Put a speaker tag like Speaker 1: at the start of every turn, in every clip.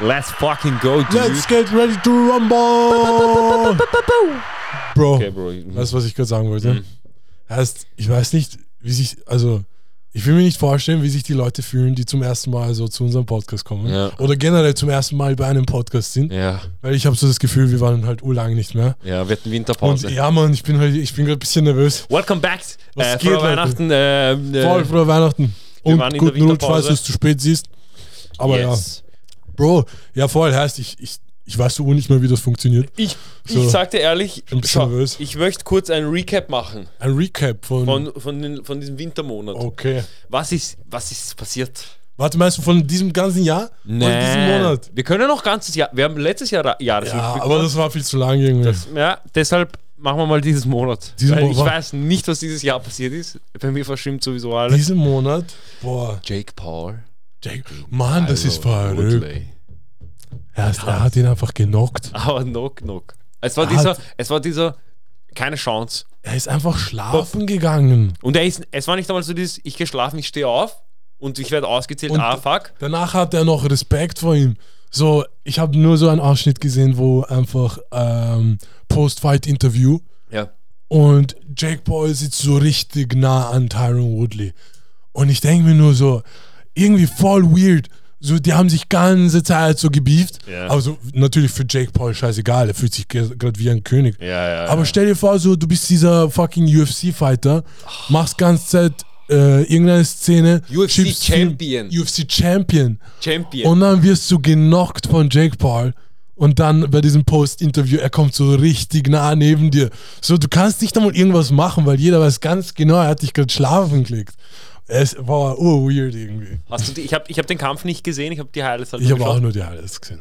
Speaker 1: Let's fucking go, dude.
Speaker 2: Let's get ready to rumble! Bro,
Speaker 1: okay, Bro. Mhm.
Speaker 2: das ist, was ich gerade sagen wollte. Heißt, ich weiß nicht, wie sich, also, ich will mir nicht vorstellen, wie sich die Leute fühlen, die zum ersten Mal so zu unserem Podcast kommen.
Speaker 1: Ja.
Speaker 2: Oder generell zum ersten Mal bei einem Podcast sind.
Speaker 1: Ja,
Speaker 2: Weil ich habe so das Gefühl, wir waren halt urlang nicht mehr.
Speaker 1: ja, wir hatten
Speaker 2: Und
Speaker 1: Winterpause.
Speaker 2: ja, Mann, ich bin halt, ich bin gerade ein bisschen nervös.
Speaker 1: Welcome back.
Speaker 2: Was
Speaker 1: äh,
Speaker 2: geht,
Speaker 1: frohe
Speaker 2: Leute?
Speaker 1: Weihnachten. ähm, äh,
Speaker 2: Voll frohe Weihnachten. Und
Speaker 1: waren in der
Speaker 2: guten Rutsch, falls
Speaker 1: Winterpause.
Speaker 2: du es zu spät siehst. Aber
Speaker 1: yes.
Speaker 2: ja, Bro, ja voll, heißt, ich, ich, ich weiß so nicht mehr, wie das funktioniert.
Speaker 1: Ich, ich
Speaker 2: So.
Speaker 1: sag dir ehrlich,
Speaker 2: Bin ein bisschen nervös.
Speaker 1: ich möchte kurz einen Recap machen
Speaker 2: Ein Recap von.
Speaker 1: von, von, den, von diesem Wintermonat.
Speaker 2: okay.
Speaker 1: Was, ist, was ist passiert?
Speaker 2: Warte, meinst du Oh. von diesem ganzen Jahr? Von diesem Monat?
Speaker 1: Wir können noch ganzes Jahr, wir haben letztes Jahr Ra-
Speaker 2: Ja,
Speaker 1: Jahresrückblick
Speaker 2: aber das war viel zu lang irgendwie.
Speaker 1: Ja, deshalb machen wir mal dieses Monat.
Speaker 2: Diesen
Speaker 1: Weil ich
Speaker 2: Monat.
Speaker 1: weiß nicht, was dieses Jahr passiert ist. Bei mir verschwimmt sowieso alles.
Speaker 2: Diesen Monat? Boah.
Speaker 1: Jake Paul.
Speaker 2: Jake, Mann,
Speaker 1: Also,
Speaker 2: das ist
Speaker 1: Tyler
Speaker 2: verrückt.
Speaker 1: Woodley.
Speaker 2: Er, ist- er hat ihn einfach genockt.
Speaker 1: Aber knock, knock. Es war
Speaker 2: Er
Speaker 1: dieser,
Speaker 2: hat-
Speaker 1: es war dieser, keine Chance.
Speaker 2: Er ist einfach schlafen gegangen.
Speaker 1: Und er ist, es war nicht einmal so dieses, ich gehe schlafen, ich stehe auf und ich werde ausgezählt,
Speaker 2: Und-
Speaker 1: ah fuck.
Speaker 2: Danach hat er noch Respekt vor ihm. So, ich habe nur so einen Ausschnitt gesehen, wo einfach ähm, Post-Fight-Interview
Speaker 1: Ja.
Speaker 2: und Jake Paul sitzt so richtig nah an Tyron Woodley. Und ich denke mir nur so, irgendwie voll weird. So, die haben sich ganze Zeit so gebieft.
Speaker 1: Ja.
Speaker 2: Aber so, natürlich für Jake Paul scheißegal, er fühlt sich gerade wie ein König.
Speaker 1: Ja, ja.
Speaker 2: Aber stell dir vor, so, du bist dieser fucking UFC-Fighter, machst ganze Zeit äh, irgendeine Szene.
Speaker 1: UFC
Speaker 2: schiebst viel-
Speaker 1: Champion.
Speaker 2: UFC Champion.
Speaker 1: Champion.
Speaker 2: Und dann wirst du genockt von Jake Paul. Und dann bei diesem Post-Interview, er kommt so richtig nah neben dir. So, du kannst nicht einmal irgendwas machen, weil jeder weiß ganz genau, er hat dich gerade schlafen gelegt. Es war urweird irgendwie.
Speaker 1: Hast du die, ich habe ich hab den Kampf nicht gesehen, ich habe die Highlights halt
Speaker 2: Ich
Speaker 1: nur
Speaker 2: habe auch
Speaker 1: geschaut.
Speaker 2: nur die Highlights gesehen.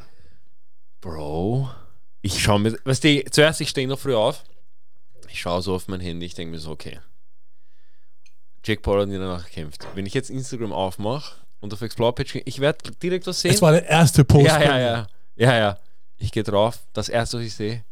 Speaker 1: Bro, ich schaue mir, weißt du, zuerst ich stehe noch früh auf, ich schaue so auf mein Handy, ich denke mir so, okay. Jake Paul hat ihn danach gekämpft. Wenn ich jetzt Instagram aufmache und auf Explore Page gehe, ich werde direkt was sehen.
Speaker 2: Es war der erste Post.
Speaker 1: ja, ja, ja, ja, ja. Ich gehe drauf, das erste, was ich sehe,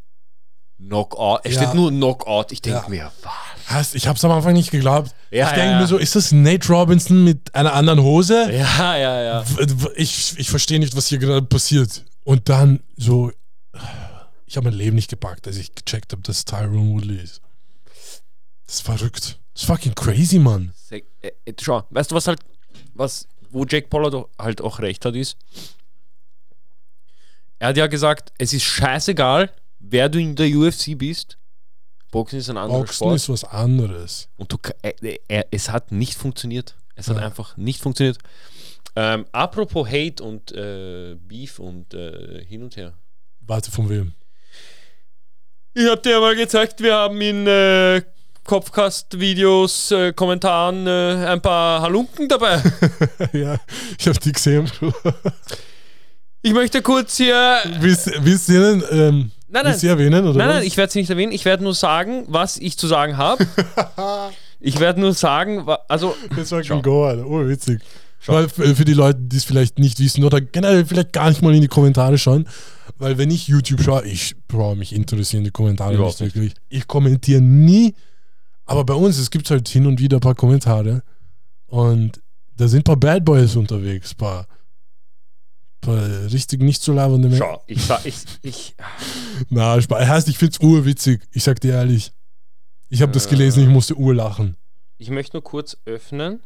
Speaker 1: Knockout. Es
Speaker 2: Ja.
Speaker 1: steht nur Knockout. Ich denke
Speaker 2: Ja.
Speaker 1: mir, was?
Speaker 2: Heißt, ich habe es am Anfang nicht geglaubt.
Speaker 1: Ja,
Speaker 2: ich
Speaker 1: ja,
Speaker 2: denke
Speaker 1: ja.
Speaker 2: mir so, ist das Nate Robinson mit einer anderen Hose?
Speaker 1: Ja, ja, ja.
Speaker 2: W- w- ich, ich verstehe nicht, was hier gerade passiert. Und dann so, ich habe mein Leben nicht gepackt, als ich gecheckt habe, dass Tyrone Woodley ist. Das ist verrückt. Das ist fucking crazy, Mann.
Speaker 1: Sag- äh, äh, Schau, weißt du, was halt, was, wo Jake Paul halt auch- halt auch recht hat, ist, er hat ja gesagt, es ist scheißegal, wer du in der UFC bist. Boxen ist ein anderer
Speaker 2: Boxen
Speaker 1: Sport.
Speaker 2: ist was anderes.
Speaker 1: Und du, ka- äh, äh, äh, es hat nicht funktioniert. Es hat
Speaker 2: Ja.
Speaker 1: einfach nicht funktioniert. Ähm, apropos Hate und äh, Beef und äh, hin und her.
Speaker 2: Warte, von wem?
Speaker 1: Ich hab dir mal gezeigt, wir haben in äh, Kopfkast-Videos, äh, Kommentaren äh, ein paar Halunken dabei.
Speaker 2: ja, ich habe die gesehen.
Speaker 1: Ich möchte kurz hier.
Speaker 2: willst, willst du ihnen, ähm,
Speaker 1: Nein,
Speaker 2: willst du
Speaker 1: nein.
Speaker 2: erwähnen? Oder
Speaker 1: Nein,
Speaker 2: was?
Speaker 1: nein, ich werde es nicht erwähnen. Ich werde nur sagen, was ich zu sagen habe. ich werde nur sagen, wa- also
Speaker 2: Das war
Speaker 1: Schau.
Speaker 2: ein Go, Alter. Oh, witzig. Weil f- äh, für die Leute, die es vielleicht nicht wissen oder generell vielleicht gar nicht mal in die Kommentare schauen, weil wenn ich YouTube schaue, ich brauche mich interessieren die Kommentare
Speaker 1: Überhaupt
Speaker 2: nicht wirklich. Ich kommentiere nie, aber bei uns, es gibt halt hin und wieder ein paar Kommentare und da sind ein paar Bad Boys unterwegs, ein paar, paar richtig nicht so labernde Menschen.
Speaker 1: schau, ich, sa- ich, ich
Speaker 2: Na, Spaß. Heißt, ich find's urwitzig. Ich sag dir ehrlich. Ich habe das
Speaker 1: Äh.
Speaker 2: gelesen, ich musste urlachen.
Speaker 1: Ich möchte nur kurz öffnen.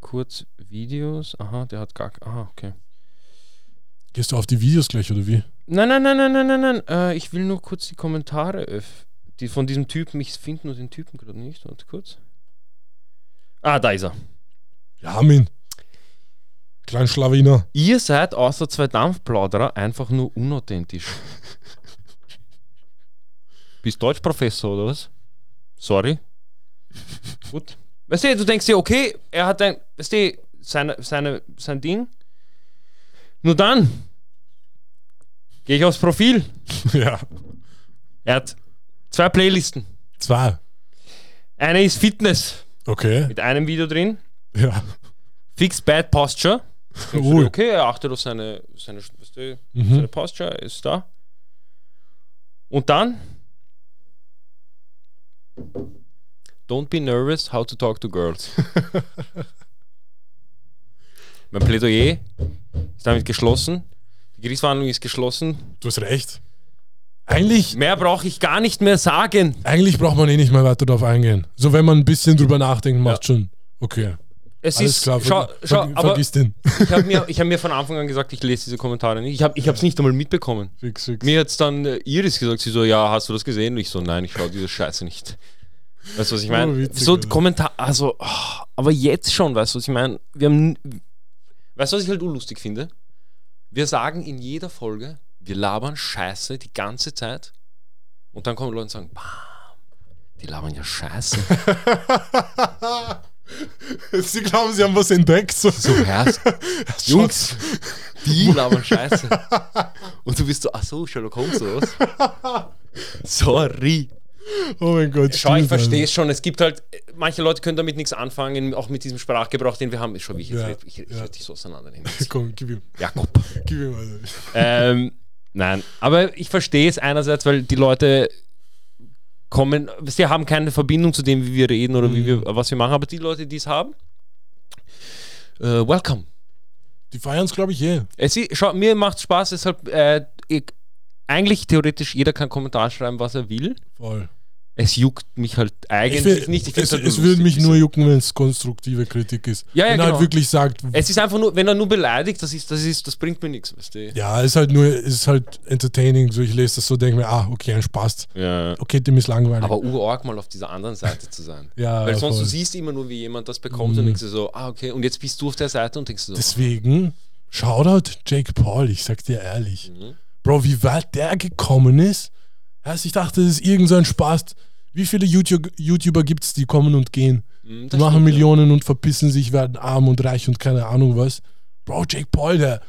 Speaker 1: Kurz Videos. Aha, der hat gar. Aha, okay.
Speaker 2: Gehst du auf die Videos gleich oder wie?
Speaker 1: Nein, nein, nein, nein, nein, nein, nein. Äh, ich will nur kurz die Kommentare öffnen. Die von diesem Typen. Ich finde nur den Typen gerade nicht. Warte kurz. Ah, da ist er.
Speaker 2: Ja, Min. Klein Schlawiner.
Speaker 1: Ihr seid außer zwei Dampfplauderer einfach nur unauthentisch. Bist Deutschprofessor oder was? Sorry. Gut. Weißt du, du denkst dir, okay, er hat ein, weißt du, seine, seine, sein Ding. Nur dann gehe ich aufs Profil.
Speaker 2: Ja.
Speaker 1: Er hat zwei Playlisten.
Speaker 2: Zwei.
Speaker 1: Eine ist Fitness
Speaker 2: Okay.
Speaker 1: mit einem Video drin.
Speaker 2: Ja.
Speaker 1: Fix Bad Posture.
Speaker 2: Ui.
Speaker 1: Okay, er achtet auf seine, seine, weißt du,
Speaker 2: Mhm.
Speaker 1: Seine Posture ist da. Und dann. Don't be nervous, how to talk to girls. mein Plädoyer ist damit geschlossen. Die Gerichtsverhandlung ist geschlossen.
Speaker 2: Du hast recht. Eigentlich,
Speaker 1: Mehr brauche ich gar nicht mehr sagen.
Speaker 2: eigentlich braucht man eh nicht mehr weiter darauf eingehen. So, wenn man ein bisschen drüber nachdenkt, macht schon. Okay.
Speaker 1: Es
Speaker 2: Alles
Speaker 1: ist,
Speaker 2: klar.
Speaker 1: schau,
Speaker 2: ver
Speaker 1: schau,
Speaker 2: ver
Speaker 1: aber
Speaker 2: vergiss den.
Speaker 1: ich habe mir, ich hab mir von Anfang an gesagt, ich lese diese Kommentare nicht. Ich habe es nicht einmal mitbekommen.
Speaker 2: fix, fix.
Speaker 1: Mir hat's dann äh, Iris gesagt, sie so, ja, hast du das gesehen? Und ich so, nein, ich schaue diese Scheiße nicht. Weißt du, was ich
Speaker 2: Oh,
Speaker 1: meine?
Speaker 2: witzig,
Speaker 1: So
Speaker 2: Alter.
Speaker 1: Kommentar, also, oh, aber jetzt schon, weißt du, was ich meine? Wir haben, n- weißt du, was ich halt unlustig finde? Wir sagen in jeder Folge, wir labern Scheiße die ganze Zeit und dann kommen Leute und sagen, bam, die labern ja Scheiße.
Speaker 2: Sie glauben, sie haben was entdeckt. So.
Speaker 1: So, Herz, Jungs, die labern Scheiße. Und du bist so, ach so, Sherlock Holmes oder was? Sorry.
Speaker 2: Oh mein
Speaker 1: Schau,
Speaker 2: Gott.
Speaker 1: ich
Speaker 2: stimmt, Alter.
Speaker 1: verstehe es schon. Es gibt halt, manche Leute können damit nichts anfangen, auch mit diesem Sprachgebrauch, den wir haben. Schau, wie ich jetzt
Speaker 2: Ja,
Speaker 1: red, ich, ich
Speaker 2: ja.
Speaker 1: werd dich so auseinandernehmen.
Speaker 2: Komm, gib ihm.
Speaker 1: Jakob.
Speaker 2: Gib ihm, Alter.
Speaker 1: ähm, nein, aber ich verstehe es einerseits, weil die Leute kommen, sie haben keine Verbindung zu dem, wie wir reden oder
Speaker 2: Mhm.
Speaker 1: wie wir, was wir machen, aber die Leute, die es haben, äh, welcome.
Speaker 2: Die feiern es, glaube ich, eh.
Speaker 1: Es ist, schau, mir macht Spaß, deshalb äh, ich, eigentlich theoretisch jeder kann Kommentar schreiben, was er will.
Speaker 2: Voll.
Speaker 1: Es juckt mich halt eigentlich
Speaker 2: will-
Speaker 1: nicht. Ich find's
Speaker 2: es
Speaker 1: halt
Speaker 2: es
Speaker 1: nur
Speaker 2: würde
Speaker 1: lustig.
Speaker 2: mich nur jucken, wenn es konstruktive Kritik ist.
Speaker 1: Ja, ja,
Speaker 2: wenn er
Speaker 1: genau.
Speaker 2: halt wirklich sagt,
Speaker 1: Es ist einfach nur, wenn er nur beleidigt, das ist, das ist, das bringt mir nichts, weißt du?
Speaker 2: ja, ist halt nur, ist halt entertaining. So, ich lese das so, denke mir, ah, okay, ein Spaß.
Speaker 1: Ja.
Speaker 2: Okay, dem ist langweilig.
Speaker 1: Aber urorg mal auf dieser anderen Seite zu sein.
Speaker 2: ja,
Speaker 1: Weil sonst
Speaker 2: voll.
Speaker 1: du siehst immer nur, wie jemand das bekommt und
Speaker 2: Mhm.
Speaker 1: denkst du so, ah, okay, und jetzt bist du auf der Seite und denkst du so,
Speaker 2: Deswegen, Shoutout Jake Paul, ich sag dir ehrlich.
Speaker 1: Mhm.
Speaker 2: Bro, wie weit der gekommen ist. Also ich dachte, das ist irgend so ein Spaß. Wie viele YouTube YouTuber gibt es, die kommen und gehen?
Speaker 1: hm,
Speaker 2: Die
Speaker 1: das
Speaker 2: machen
Speaker 1: stimmt, ja.
Speaker 2: Millionen und verpissen sich, werden arm und reich und keine Ahnung was. Bro, Jake Paul, der.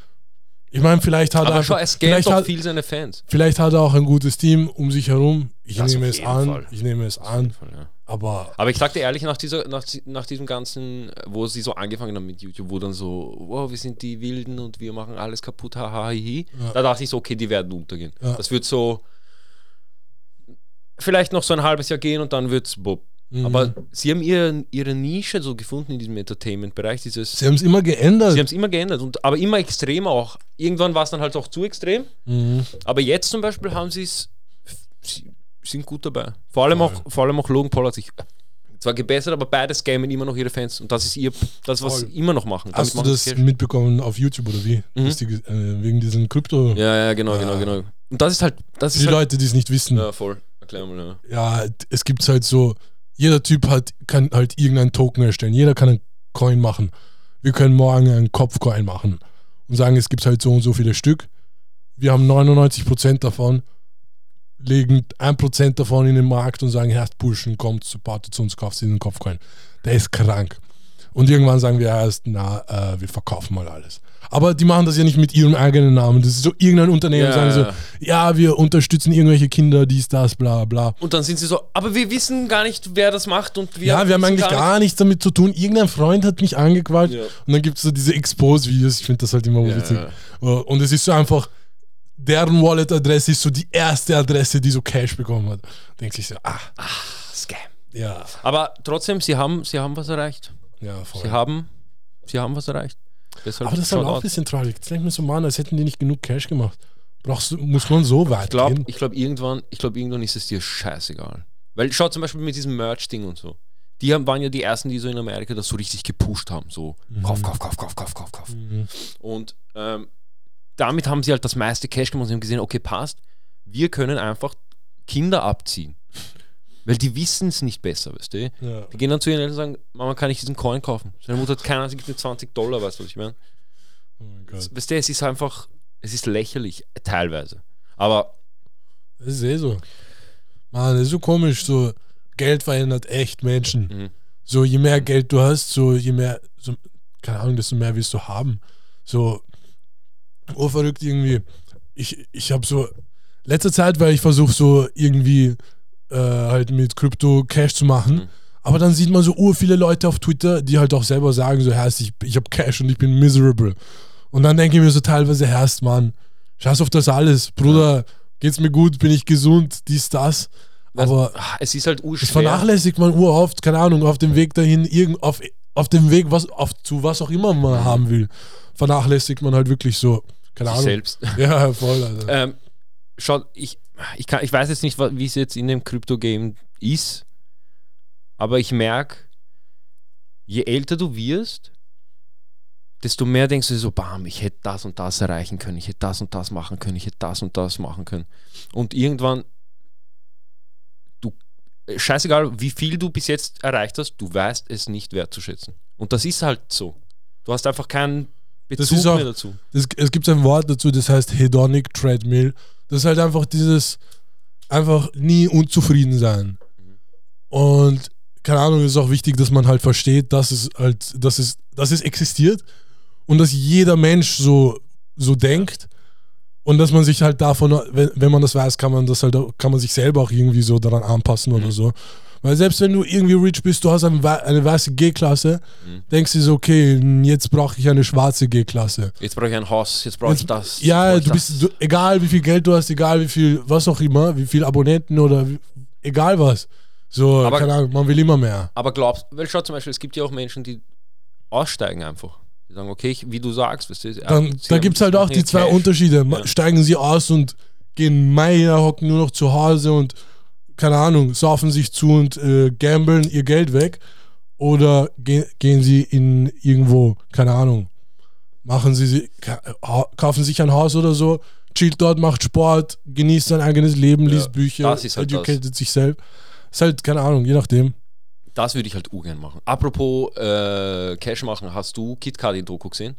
Speaker 2: Ich meine, vielleicht hat
Speaker 1: Aber
Speaker 2: er.
Speaker 1: schau, es gäbe
Speaker 2: vielleicht,
Speaker 1: doch
Speaker 2: hat,
Speaker 1: viel seine Fans.
Speaker 2: vielleicht hat er auch ein gutes Team um sich herum. Ich
Speaker 1: Das
Speaker 2: nehme
Speaker 1: auf
Speaker 2: es
Speaker 1: jeden
Speaker 2: an.
Speaker 1: Fall.
Speaker 2: Ich nehme es an.
Speaker 1: Ja.
Speaker 2: Aber
Speaker 1: Aber ich sagte ehrlich, nach, dieser, nach, nach diesem ganzen, wo sie so angefangen haben mit YouTube, wo dann so, wow, wir sind die Wilden und wir machen alles kaputt, haha, hihi.
Speaker 2: Ja.
Speaker 1: Da dachte ich so, okay, die werden untergehen.
Speaker 2: Ja.
Speaker 1: Das wird so, vielleicht noch so ein halbes Jahr gehen und dann wird's bob.
Speaker 2: Mhm.
Speaker 1: Aber sie haben ihre, ihre Nische so gefunden in diesem Entertainment-Bereich, dieses,
Speaker 2: sie haben es immer geändert.
Speaker 1: sie haben es immer geändert, und, aber immer extrem auch. Irgendwann war es dann halt auch zu extrem,
Speaker 2: mhm.
Speaker 1: aber jetzt zum Beispiel haben sie es, sie sind gut dabei. Vor allem,
Speaker 2: Voll.
Speaker 1: auch, vor allem auch Logan Paul hat sich äh, zwar gebessert, aber beide scammen immer noch ihre Fans und das ist ihr, das was
Speaker 2: Voll.
Speaker 1: sie immer noch machen.
Speaker 2: Hast du
Speaker 1: machen
Speaker 2: das
Speaker 1: sie Cash.
Speaker 2: mitbekommen auf YouTube oder wie?
Speaker 1: Mhm.
Speaker 2: Dass Die, ge- äh, wegen diesen Krypto.
Speaker 1: Ja, ja, genau,
Speaker 2: Ja.
Speaker 1: genau, genau. Und das ist halt, das
Speaker 2: Die
Speaker 1: ist halt,
Speaker 2: Leute, die es nicht wissen. Ja,
Speaker 1: ja, voll. Erklär mal, ja.
Speaker 2: es gibt halt so, jeder Typ hat, kann halt irgendeinen Token erstellen. Jeder kann einen Coin machen. Wir können morgen einen Kopfcoin machen und sagen, es gibt halt so und so viele Stück. Wir haben 99% davon, legen 1% davon in den Markt und sagen, Herz pushen, kommt, supportet zu uns, kauft diesen Kopfcoin. Der ist krank. Und irgendwann sagen wir erst, na, äh, wir verkaufen mal alles. Aber die machen das ja nicht mit ihrem eigenen Namen. Das ist so irgendein Unternehmen,
Speaker 1: Ja,
Speaker 2: sagen so,
Speaker 1: ja.
Speaker 2: ja, wir unterstützen irgendwelche Kinder, dies, das, bla, bla.
Speaker 1: Und dann sind sie so, aber wir wissen gar nicht, wer das macht und wir.
Speaker 2: Ja, wir haben
Speaker 1: wissen
Speaker 2: eigentlich gar nichts damit zu tun. Irgendein Freund hat mich angequatscht
Speaker 1: Ja.
Speaker 2: und dann gibt es so diese Expose-Videos. Ich finde das halt immer
Speaker 1: Ja,
Speaker 2: witzig. Äh,
Speaker 1: ja.
Speaker 2: Und es ist so einfach, deren Wallet-Adresse ist so die erste Adresse, die so Cash bekommen hat. Denkt sich so, ah,
Speaker 1: Scam.
Speaker 2: ja,
Speaker 1: Aber trotzdem, sie haben, sie haben was erreicht.
Speaker 2: ja, voll.
Speaker 1: Sie haben, sie haben was erreicht. Deshalb
Speaker 2: Aber das ist halt
Speaker 1: Shoutout.
Speaker 2: auch ein bisschen traurig. Das denkt mir so, Mann, als hätten die nicht genug Cash gemacht. Brauchst, du- muss man so weit
Speaker 1: Ich glaube,
Speaker 2: gehen?
Speaker 1: ich glaub, irgendwann, ich glaub, irgendwann ist es dir scheißegal. Weil schau zum Beispiel mit diesem Merch-Ding und so. Die haben, waren ja die ersten, die so in Amerika das so richtig gepusht haben. So, kauf, kauf, kauf, kauf, kauf, kauf, kauf.
Speaker 2: Mhm.
Speaker 1: Und ähm, damit haben sie halt das meiste Cash gemacht und sie haben gesehen, okay, passt. Wir können einfach Kinder abziehen. Weil die wissen es nicht besser, weißt du?
Speaker 2: Ja.
Speaker 1: Die gehen dann zu ihren Eltern und sagen, Mama, kann ich diesen Coin kaufen? Seine Mutter hat keine Ahnung, sie gibt mir 20 Dollar, weißt du, was ich meine?
Speaker 2: Oh mein Gott.
Speaker 1: Weißt du, es ist einfach, es ist lächerlich, teilweise. Aber
Speaker 2: Das ist eh so. Mann, das ist so komisch. So, Geld verändert echt Menschen.
Speaker 1: Mhm.
Speaker 2: So, je mehr Geld du hast, so je mehr, so, keine Ahnung, desto mehr willst du haben. So, urverrückt irgendwie. Ich, ich habe so, letzte Zeit, weil ich versuche so irgendwie äh, halt mit Krypto Cash zu machen.
Speaker 1: Mhm.
Speaker 2: Aber dann sieht man so ur viele Leute auf Twitter, die halt auch selber sagen, so, Herr, ich, ich habe Cash und ich bin miserable. Und dann denke ich mir so teilweise, Herrst, Mann, scheiß auf das alles, Bruder, geht's mir gut, bin ich gesund, dies, das. Aber
Speaker 1: Ah, es ist halt
Speaker 2: das
Speaker 1: urschwer.
Speaker 2: vernachlässigt man uroft, keine Ahnung, auf dem Weg dahin, irgend, auf, auf dem Weg was, auf, zu was auch immer man haben will, vernachlässigt man halt wirklich so,
Speaker 1: Mhm. sich
Speaker 2: Keine Ahnung.
Speaker 1: selbst.
Speaker 2: Ja, voll, Alter.
Speaker 1: Ähm, schaut, ich, ich, kann, ich weiß jetzt nicht, wa- wie es jetzt in dem Krypto-Game ist, aber ich merke, je älter du wirst, desto mehr denkst du dir so, bam, ich hätte das und das erreichen können, ich hätte das und das machen können, ich hätte das und das machen können. Und irgendwann, du, äh, scheißegal, wie viel du bis jetzt erreicht hast, du weißt es nicht wertzuschätzen. Und das ist halt so. Du hast einfach keinen
Speaker 2: Das
Speaker 1: Bezug
Speaker 2: ist auch-
Speaker 1: mehr dazu.
Speaker 2: Das, es gibt ein Wort dazu, das heißt Hedonic Treadmill. Das ist halt einfach dieses, einfach nie unzufrieden sein. Und keine Ahnung, es ist auch wichtig, dass man halt versteht, dass es halt, dass es, dass es existiert und dass jeder Mensch so, so denkt. Und dass man sich halt davon, wenn, wenn man das weiß, kann man das halt, auch- kann man sich selber auch irgendwie so daran anpassen oder so. Weil selbst wenn du irgendwie rich bist, du hast ein, wei- eine weiße G-Klasse, denkst du so, okay, jetzt brauche ich eine schwarze G-Klasse.
Speaker 1: Jetzt brauche ich ein Haus, jetzt brauche ich
Speaker 2: Jetzt-
Speaker 1: das.
Speaker 2: Ja,
Speaker 1: jetzt
Speaker 2: du
Speaker 1: brauche ich
Speaker 2: bist, du, egal wie viel Geld du hast, egal wie viel, was auch immer, wie viel Abonnenten oder wie, egal was. So,
Speaker 1: Aber-
Speaker 2: keine Ahnung, man will immer mehr.
Speaker 1: Aber glaubst, weil schau zum Beispiel, es gibt ja auch Menschen, die aussteigen einfach. Die sagen, okay, ich, wie du sagst, weißt du,
Speaker 2: Dann, da gibt es halt auch die zwei
Speaker 1: Unterschiede.
Speaker 2: Unterschiede.
Speaker 1: Ja.
Speaker 2: Steigen sie aus und gehen Meier, hocken nur noch zu Hause und, keine Ahnung, saufen sich zu und äh, gambeln ihr Geld weg. Oder ge gehen sie in irgendwo, keine Ahnung, machen sie, sie ka- hau- kaufen sich ein Haus oder so, chillt dort, macht Sport, genießt sein eigenes Leben,
Speaker 1: Ja,
Speaker 2: liest Bücher,
Speaker 1: das ist halt das.
Speaker 2: educated sich selbst. Ist halt, keine Ahnung, je nachdem.
Speaker 1: Das würde ich halt ungern machen. Apropos äh, Cash machen, hast du Kid Cudi Doku gesehen?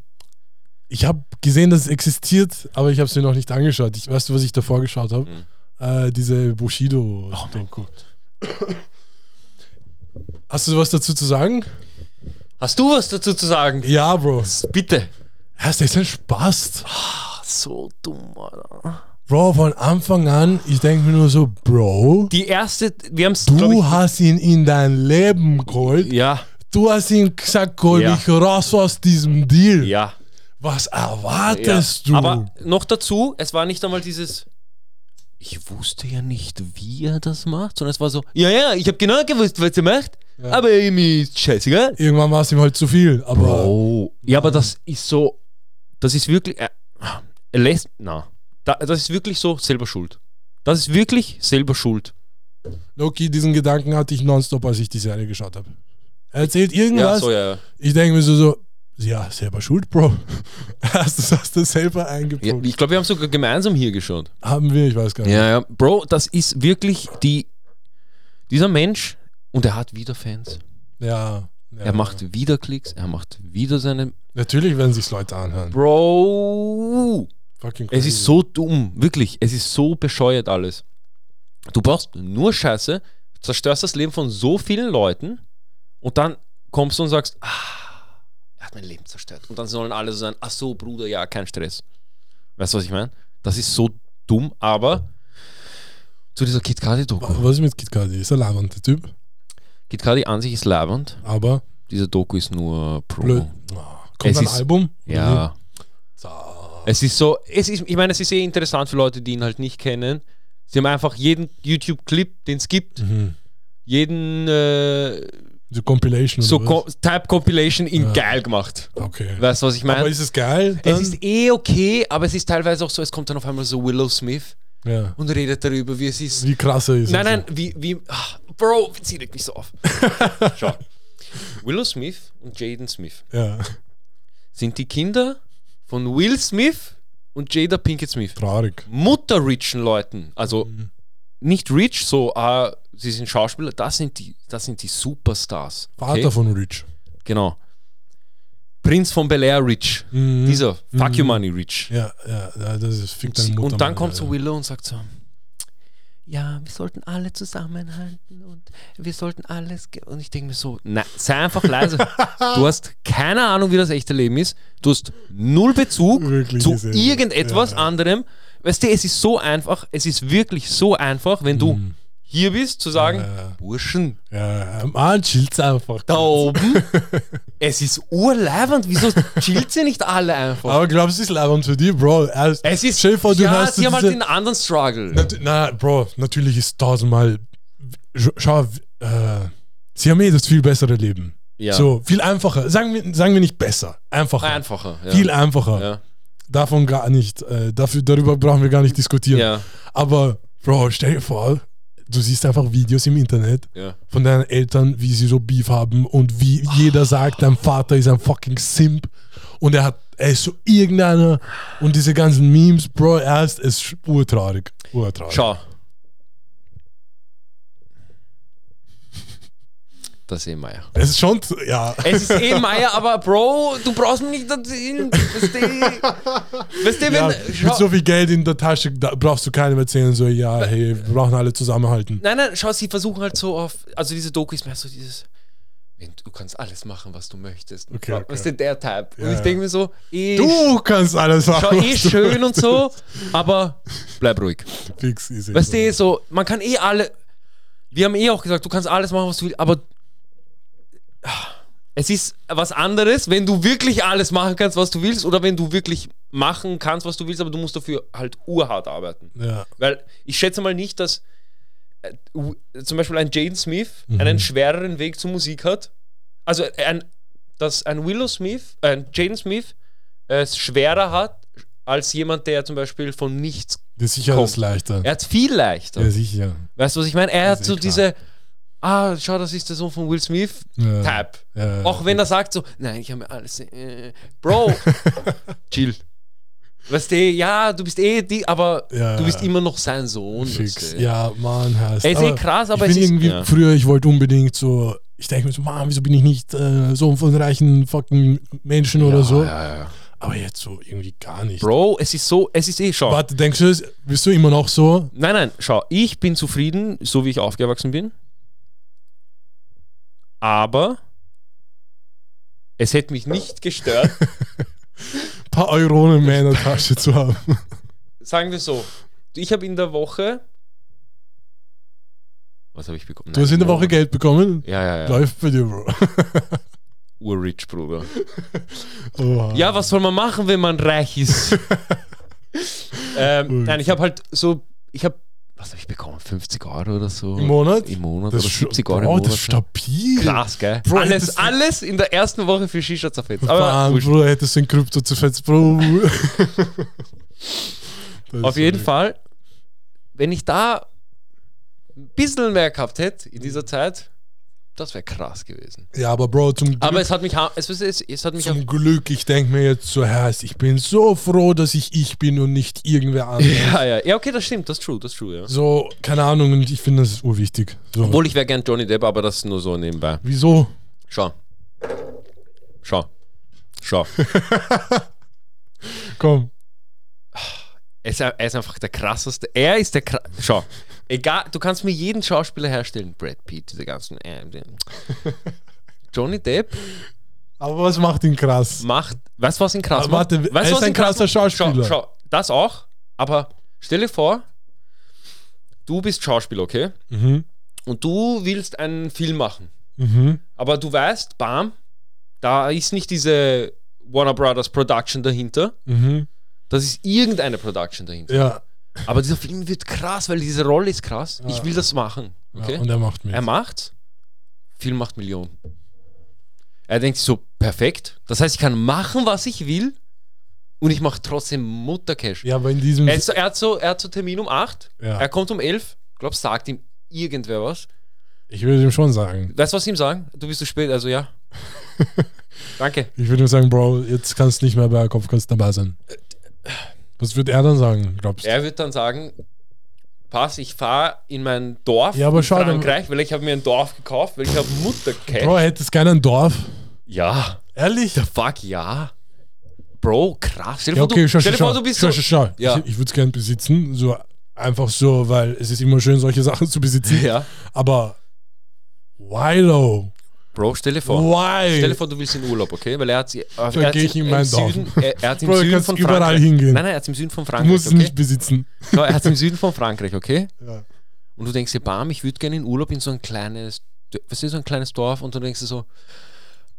Speaker 2: Ich habe gesehen, dass es existiert, aber ich habe es mir noch nicht angeschaut. Ich, weißt du, was ich davor geschaut habe?
Speaker 1: Mhm.
Speaker 2: Äh, diese
Speaker 1: Oh
Speaker 2: Bushido.
Speaker 1: Doku.
Speaker 2: Hast du was dazu zu sagen?
Speaker 1: Hast du was dazu zu sagen?
Speaker 2: Ja, Bro.
Speaker 1: Bitte.
Speaker 2: Das ist ein Spaß.
Speaker 1: So dumm, Alter.
Speaker 2: Bro, von Anfang an, ich denke mir nur so, Bro,
Speaker 1: Die erste, wir haben es.
Speaker 2: du hast ihn in dein Leben geholt.
Speaker 1: Ja,
Speaker 2: Du hast ihm gesagt, hol
Speaker 1: Ja.
Speaker 2: mich raus aus diesem Deal.
Speaker 1: ja.
Speaker 2: Was
Speaker 1: Ja.
Speaker 2: erwartest du?
Speaker 1: Aber noch dazu, es war nicht einmal dieses, ich wusste ja nicht, wie er das macht, sondern es war so, ja, ja, ich habe genau gewusst, was er macht, aber ihm ist scheißegal.
Speaker 2: Irgendwann war es ihm halt zu viel. Aber
Speaker 1: Bro. Ja, aber das ist so, das ist wirklich, äh, er lässt, na, da, das ist wirklich so selber schuld. Das ist wirklich selber schuld.
Speaker 2: Loki, diesen Gedanken hatte ich nonstop, als ich die Serie geschaut habe. Er erzählt
Speaker 1: Ja,
Speaker 2: irgendwas.
Speaker 1: so, ja.
Speaker 2: Ich denke mir so, so, ja, selber schuld, Bro. Hast du hast du selber
Speaker 1: ja.
Speaker 2: eingebrockt.
Speaker 1: Ich glaube, wir haben sogar gemeinsam hier geschaut.
Speaker 2: Haben wir, ich weiß gar nicht.
Speaker 1: Ja, ja. Bro, das ist wirklich die, dieser Mensch, und er hat wieder Fans.
Speaker 2: Ja. ja.
Speaker 1: Er macht wieder Klicks, er macht wieder seine.
Speaker 2: Natürlich werden sich Leute anhören.
Speaker 1: Bro!
Speaker 2: Fucking
Speaker 1: Es
Speaker 2: crazy.
Speaker 1: ist so dumm, wirklich. Es ist so bescheuert alles. Du brauchst nur Scheiße, zerstörst das Leben von so vielen Leuten und dann kommst du und sagst, ah, er hat mein Leben zerstört. Und dann sollen alle so sein, ach so, Bruder, ja, kein Stress. Weißt du, was ich meine? Das ist so dumm, aber zu dieser Kid Cudi-Doku.
Speaker 2: Was ist mit Kid Cudi? Ist er labernd, der Typ?
Speaker 1: Kid Cudi an sich ist labernd.
Speaker 2: Aber
Speaker 1: Diese Doku ist nur Pro.
Speaker 2: blöd. Oh, kommt
Speaker 1: Es
Speaker 2: ein
Speaker 1: ist-
Speaker 2: Album?
Speaker 1: Ja.
Speaker 2: So.
Speaker 1: Es ist so, es ist, ich meine, es ist eh interessant für Leute, die ihn halt nicht kennen. Sie haben einfach jeden YouTube-Clip, den es gibt,
Speaker 2: Mhm.
Speaker 1: jeden äh,
Speaker 2: So Compilation.
Speaker 1: so
Speaker 2: oder
Speaker 1: Co Type-Compilation in
Speaker 2: Mhm. Ja.
Speaker 1: geil gemacht.
Speaker 2: was? Okay.
Speaker 1: Weißt du, was ich
Speaker 2: Aber
Speaker 1: meine?
Speaker 2: ist es geil?
Speaker 1: Es
Speaker 2: Dann?
Speaker 1: ist eh okay, aber es ist teilweise auch so, es kommt dann auf einmal so Willow Smith
Speaker 2: ja.
Speaker 1: und redet darüber, wie es ist.
Speaker 2: Wie krass er ist.
Speaker 1: Nein, nein,
Speaker 2: und
Speaker 1: wie, wie, ach, Bro, zieh dich nicht so auf. Schau. Willow Smith und Jaden Smith
Speaker 2: so. Ja.
Speaker 1: sind die Kinder von Will Smith und Jada Pinkett Smith.
Speaker 2: Traurig.
Speaker 1: mutterrichen Leuten, also
Speaker 2: Mhm.
Speaker 1: nicht rich, so ah, sie sind Schauspieler, das sind die, das sind die Superstars.
Speaker 2: Vater von Rich.
Speaker 1: Genau. Prinz von Bel Air Rich.
Speaker 2: Mhm.
Speaker 1: Dieser Fuck You Money Rich.
Speaker 2: Ja, ja, ja, das ist fickt deine
Speaker 1: Sie,
Speaker 2: Mutter.
Speaker 1: und dann
Speaker 2: Mann,
Speaker 1: kommt
Speaker 2: ja,
Speaker 1: so
Speaker 2: ja.
Speaker 1: Willow und sagt so, ja, wir sollten alle zusammenhalten und wir sollten alles. ge-" Und ich denke mir so, na, sei einfach leise. du hast keine Ahnung, wie das echte Leben ist. Du hast null Bezug
Speaker 2: Wirklich
Speaker 1: zu
Speaker 2: gesehen.
Speaker 1: irgendetwas
Speaker 2: Ja,
Speaker 1: anderem. Weißt du, es ist so einfach, es ist wirklich so einfach, wenn du hier bist, zu sagen,
Speaker 2: Mhm. Ja.
Speaker 1: Burschen,
Speaker 2: Ja, ja, Mann, chillt's einfach.
Speaker 1: da oben, es ist urleibend, wieso chillt sie nicht alle einfach?
Speaker 2: Aber glaubst du, es ist leibend für dich, Bro? Er-
Speaker 1: es ist,
Speaker 2: Stell dir vor, du
Speaker 1: ja,
Speaker 2: hast
Speaker 1: sie
Speaker 2: so
Speaker 1: haben halt
Speaker 2: diese-
Speaker 1: einen anderen Struggle.
Speaker 2: Nat- Na, Bro, natürlich ist tausendmal. Sch- Schau, äh, sie haben eh das viel bessere Leben.
Speaker 1: Ja.
Speaker 2: So, viel einfacher. Sagen wir, sagen wir nicht besser. Einfacher.
Speaker 1: Einfacher. Ja.
Speaker 2: Viel einfacher.
Speaker 1: Ja.
Speaker 2: Davon gar nicht. Äh, dafür, darüber brauchen wir gar nicht diskutieren.
Speaker 1: Ja,
Speaker 2: Aber, Bro, stell dir vor, du siehst einfach Videos im Internet
Speaker 1: ja.
Speaker 2: von deinen Eltern, wie sie so Beef haben und wie jeder sagt, dein Vater ist ein fucking Simp und er hat, er ist so irgendeiner und diese ganzen Memes, Bro, erst ist urtraurig. Urtraurig.
Speaker 1: Schau. Das ist eh Meier.
Speaker 2: Es ist schon, ja.
Speaker 1: Es ist eh Meier, aber Bro, du brauchst mich nicht erzählen. Weißt du, weißt du wenn.
Speaker 2: ja,
Speaker 1: schau,
Speaker 2: mit so viel Geld in der Tasche da brauchst du keinem erzählen, so, ja, hey, wir brauchen alle zusammenhalten.
Speaker 1: nein, nein, schau, sie versuchen halt so auf. Also, diese Doku ist mehr so dieses. wenn Du kannst alles machen, was du möchtest.
Speaker 2: Okay, okay.
Speaker 1: Weißt du, der Typ. Und
Speaker 2: Ja,
Speaker 1: ich
Speaker 2: ja.
Speaker 1: denke mir so, eh,
Speaker 2: Du kannst alles machen.
Speaker 1: schau, eh
Speaker 2: was du
Speaker 1: schön und so, aber bleib ruhig.
Speaker 2: Fix ist eh
Speaker 1: Weißt
Speaker 2: so.
Speaker 1: du, so, man kann eh alle. Wir haben eh auch gesagt, du kannst alles machen, was du willst, aber es ist was anderes, wenn du wirklich alles machen kannst, was du willst, oder wenn du wirklich machen kannst, was du willst, aber du musst dafür halt urhart arbeiten.
Speaker 2: Ja,
Speaker 1: Weil ich schätze mal nicht, dass äh, u- zum Beispiel ein Jaden Smith einen schwereren Weg zur Musik hat. Also ein, dass ein Willow Smith, äh, ein Jaden Smith äh, es schwerer hat als jemand, der zum Beispiel von nichts.
Speaker 2: das ist sicher
Speaker 1: Komm.
Speaker 2: das leichter.
Speaker 1: Er hat viel leichter.
Speaker 2: Ja, sicher.
Speaker 1: Weißt du, was ich meine? Er hat
Speaker 2: ist
Speaker 1: so
Speaker 2: eh klar.
Speaker 1: diese, ah, schau, das ist der Sohn von Will Smith.
Speaker 2: Ja.
Speaker 1: Type.
Speaker 2: Ja.
Speaker 1: Auch wenn er sagt so, nein, ich habe mir alles. Äh, Bro, chill. Weißt du, ja, du bist eh die, aber
Speaker 2: Ja.
Speaker 1: du bist immer noch sein Sohn.
Speaker 2: Fix.
Speaker 1: weißt du.
Speaker 2: Ja, Mann, hast.
Speaker 1: Es ist eh krass, aber
Speaker 2: ich
Speaker 1: es
Speaker 2: bin
Speaker 1: ist-
Speaker 2: irgendwie
Speaker 1: ja.
Speaker 2: früher, ich wollte unbedingt so, ich denke mir so, Mann, wieso bin ich nicht äh, so von reichen fucking Menschen oder
Speaker 1: Ja,
Speaker 2: so?
Speaker 1: Ah, ja, ja.
Speaker 2: Aber jetzt so irgendwie gar nicht.
Speaker 1: Bro, es ist so, es ist eh, schau.
Speaker 2: Warte, denkst du, es- bist du immer noch so?
Speaker 1: Nein, nein, schau, ich bin zufrieden, so wie ich aufgewachsen bin. Aber es hätte mich nicht gestört,
Speaker 2: Ein paar Euronen in meiner Tasche zu haben.
Speaker 1: sagen wir so, ich habe in der Woche. Was habe ich bekommen?
Speaker 2: Du hast in der Woche Geld bekommen?
Speaker 1: Ja, ja, ja.
Speaker 2: Läuft bei dir, Bro.
Speaker 1: Urrich, Bruder.
Speaker 2: Oha.
Speaker 1: Ja, was soll man machen, wenn man reich ist? ähm,
Speaker 2: Urrich.
Speaker 1: nein, ich habe halt so. Ich habe. Was habe ich bekommen? 50 Euro oder so?
Speaker 2: Im Monat?
Speaker 1: Im Monat
Speaker 2: Das
Speaker 1: oder
Speaker 2: ist schon-
Speaker 1: 70 Euro im
Speaker 2: Bro,
Speaker 1: Monat. ne?
Speaker 2: das ist stabil.
Speaker 1: Krass, gell?
Speaker 2: Bro,
Speaker 1: alles,
Speaker 2: das-
Speaker 1: alles in der ersten Woche für Shisha zerfetzt. Aber
Speaker 2: Mann,
Speaker 1: wurscht.
Speaker 2: Bro, hättest du in Krypto zerfetzt, Bro. Das
Speaker 1: auf
Speaker 2: ist
Speaker 1: jeden
Speaker 2: verrückt.
Speaker 1: Fall, wenn ich da ein bisschen mehr gehabt hätte in dieser Zeit, das wäre krass gewesen.
Speaker 2: Ja, aber Bro, zum Glück
Speaker 1: Aber es hat mich, ha- es, es, es hat mich auch,
Speaker 2: Zum Glück, ich denke mir jetzt so, heiß, ich bin so froh, dass ich ich bin und nicht irgendwer anderes.
Speaker 1: ja, ja, ja, okay, das stimmt, das ist true, das ist true, ja.
Speaker 2: So, keine Ahnung, und ich finde, das ist urwichtig. So.
Speaker 1: Obwohl ich wäre gern Johnny Depp, aber das nur so nebenbei.
Speaker 2: Wieso?
Speaker 1: Schau. Schau. Schau.
Speaker 2: Komm.
Speaker 1: es, er ist einfach der krasseste. Er ist der krass. Schau. Egal, du kannst mir jeden Schauspieler herstellen. Brad Pitt, diese ganzen. ähm, den- Johnny Depp
Speaker 2: Aber was macht ihn krass?
Speaker 1: macht. Weißt du, was ihn krass
Speaker 2: Aber
Speaker 1: macht?
Speaker 2: warte,
Speaker 1: weißt,
Speaker 2: er
Speaker 1: du,
Speaker 2: ist ein
Speaker 1: ihn krass
Speaker 2: krasser
Speaker 1: macht?
Speaker 2: Schauspieler.
Speaker 1: Schau, schau, das auch. Aber stell dir vor, du bist Schauspieler, okay?
Speaker 2: Mhm.
Speaker 1: Und du willst einen Film machen.
Speaker 2: Mhm.
Speaker 1: Aber du weißt, bam, da ist nicht diese Warner Brothers Production dahinter.
Speaker 2: Mhm.
Speaker 1: Das ist irgendeine Production dahinter.
Speaker 2: Ja.
Speaker 1: Aber dieser Film wird krass, weil diese Rolle ist krass. Ich
Speaker 2: Ja.
Speaker 1: will das machen. Okay?
Speaker 2: ja. Und er macht mit.
Speaker 1: er macht, Film macht Millionen. Er denkt sich so, perfekt. Das heißt, ich kann machen, was ich will und ich mache trotzdem Muttercash.
Speaker 2: ja, aber in diesem.
Speaker 1: Er, ist so, er, hat so, er hat so Termin um 8,
Speaker 2: Ja.
Speaker 1: er kommt um 11, glaubst, sagt ihm irgendwer was.
Speaker 2: ich würde ihm schon sagen.
Speaker 1: Weißt du, was sie ihm sagen? Du bist zu spät, also ja. Danke.
Speaker 2: Ich würde ihm sagen, Bro, jetzt kannst du nicht mehr bei Kopfkast dabei sein.
Speaker 1: Äh,
Speaker 2: Was würde er dann sagen, glaubst du?
Speaker 1: Er wird dann sagen, pass, ich fahre in mein Dorf
Speaker 2: Ja, aber
Speaker 1: in
Speaker 2: schau, dann-
Speaker 1: Frankreich, weil ich habe mir ein Dorf gekauft, weil ich habe
Speaker 2: Bro,
Speaker 1: Muttercash.
Speaker 2: hättest gerne ein Dorf.
Speaker 1: Ja,
Speaker 2: Ehrlich?
Speaker 1: fuck ja. Bro, krass. Stell dir
Speaker 2: Ja,
Speaker 1: vor,
Speaker 2: okay,
Speaker 1: du,
Speaker 2: schau,
Speaker 1: stell dir
Speaker 2: schau,
Speaker 1: vor,
Speaker 2: schau,
Speaker 1: du bist
Speaker 2: schau,
Speaker 1: so,
Speaker 2: schau, schau.
Speaker 1: Ja.
Speaker 2: Ich, ich würde es gerne besitzen, so einfach so, weil es ist immer schön, solche Sachen zu besitzen.
Speaker 1: Ja.
Speaker 2: Aber why though?
Speaker 1: Bro, stell dir vor.
Speaker 2: Why?
Speaker 1: Stell dir vor, du willst in Urlaub, okay? Weil er hat sie. Er
Speaker 2: geh
Speaker 1: hat
Speaker 2: ich
Speaker 1: sich
Speaker 2: in
Speaker 1: im
Speaker 2: meinen Dorf.
Speaker 1: Süden, er, er hat im
Speaker 2: Bro, du
Speaker 1: Süden
Speaker 2: kannst
Speaker 1: von
Speaker 2: überall
Speaker 1: Frankreich.
Speaker 2: hingehen.
Speaker 1: Nein, nein, er hat im Süden von
Speaker 2: du
Speaker 1: Frankreich.
Speaker 2: musst es
Speaker 1: okay?
Speaker 2: nicht besitzen.
Speaker 1: Schau, er hat im Süden von Frankreich, okay? Und du denkst dir, bam, ich würde gerne in Urlaub in so ein kleines, was ist so ein kleines Dorf? Und du denkst dir so,